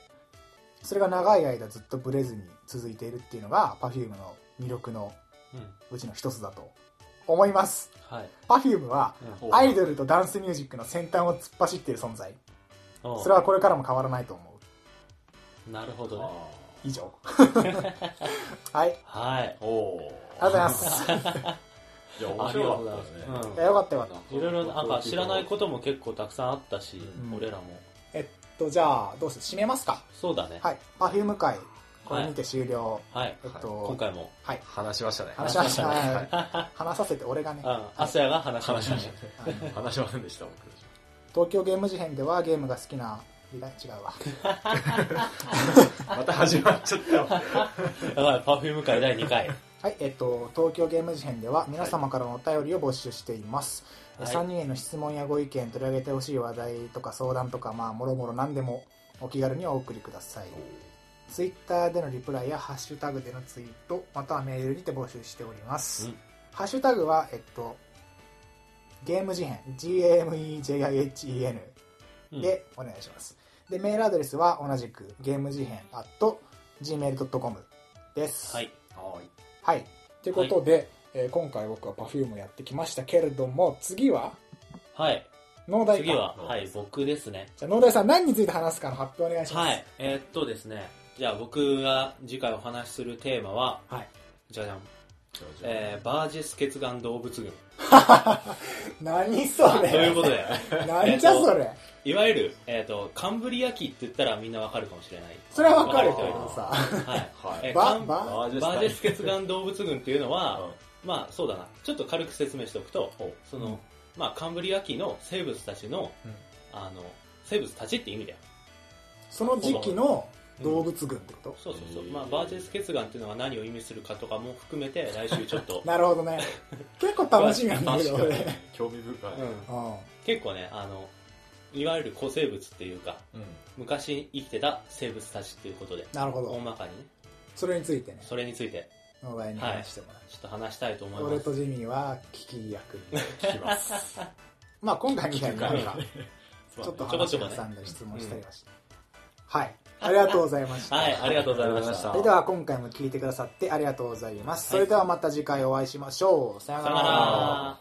それが長い間ずっとブレずに続いているっていうのが Perfume の魅力の
うん。
うちの一つだと思います
はい。
Perfume は
うん
アイドルとダンスミュージックの先端を突っ走っている存在
おう
それはこれからも変わらないと思
なるほどね。
あ
う以 上はいい
はい。
ーおー
ありがとうございます
いや面白かった
ありがとうございます
ね
やよかったよかった
いろいろなんか知らないことも結構たくさんあったし、
ん
俺らも。
えっとじゃあどうする締めますか
そうだね。
はい Perfume 会これにて終了、
はい。
えっと、
今回も。
はい
話しましたね
話しました、
話し
はい話させて俺がね、
うん。アセヤが話しましたね。
はい
話しませんでした僕たち
東京ゲーム事変ではゲームが好きなリラ違う わ
また始まっちゃったよ
はい。パフューム会第2回。
はいえっと東京ゲーム事変では皆様からのお便りを募集しています、
はい
3人への質問やご意見取り上げてほしい話題とか相談とかまあもろもろ何でもお気軽にお送りくださいツイッターでのリプライやハッシュタグでのツイートまたはメールにて募集しております、
うん
ハッシュタグはえっとゲーム事変 GAMEJIHEN
うん
でお願いします、でメールアドレスは同じくゲーム事変 at gmail.com です
はい。
はい
はいということで、えー今回僕は Perfume やってきましたけれども次は
はい。
農大か
次は、はい、僕ですね。
じゃあ農大さん何について話すかの発表お願いします
はい。えーっとですね。じゃあ僕が次回お話しするテーマは、
はい
じゃじゃん。
じゃあじゃあ
えー、バージス血眼動物群。
何そ
と
れ
いうこと で、
何じゃそれ
いわゆる、えーっと、カンブリア紀って言ったらみんなわかるかもしれない。
それは分かる
あ
け
ー
どさ
はい。
はい
えー
バ
カン
バ
バージェス血眼動物群っていうのは、まあそうだな、ちょっと軽く説明しておくと、その、
うん
まあカンブリア紀の生物たちの、
うん
あの、生物たちって意味だよ。
その時期の動物群ってこと、、
そうそうそう。
へー
まあバージェス血眼っていうのは何を意味するかとかも含めて、来週ちょっと
なるほどね結構楽しみなんだけど
確
俺
かに興味深い
うん
うん
結構ね、あの、いわゆる古生物っていうか、昔生きてた生物たちっていうことで、
なるほ
大
ど
まかにね、
それについてね
それについて
農大に話してもらう、
ちょっと話したいと思い
俺
ます。
とジミーは危機役
聞きます
まあ今回みたいになんか
そう
ちょっと
ちょこ
話
ちょ
を
こね
挟んだり質問したりはして、はいありがとうございました、
はい、ありがとうございました。
それでは今回も聞いてくださってありがとうございます、それではまた次回お会いしましょうさよう
さよなら。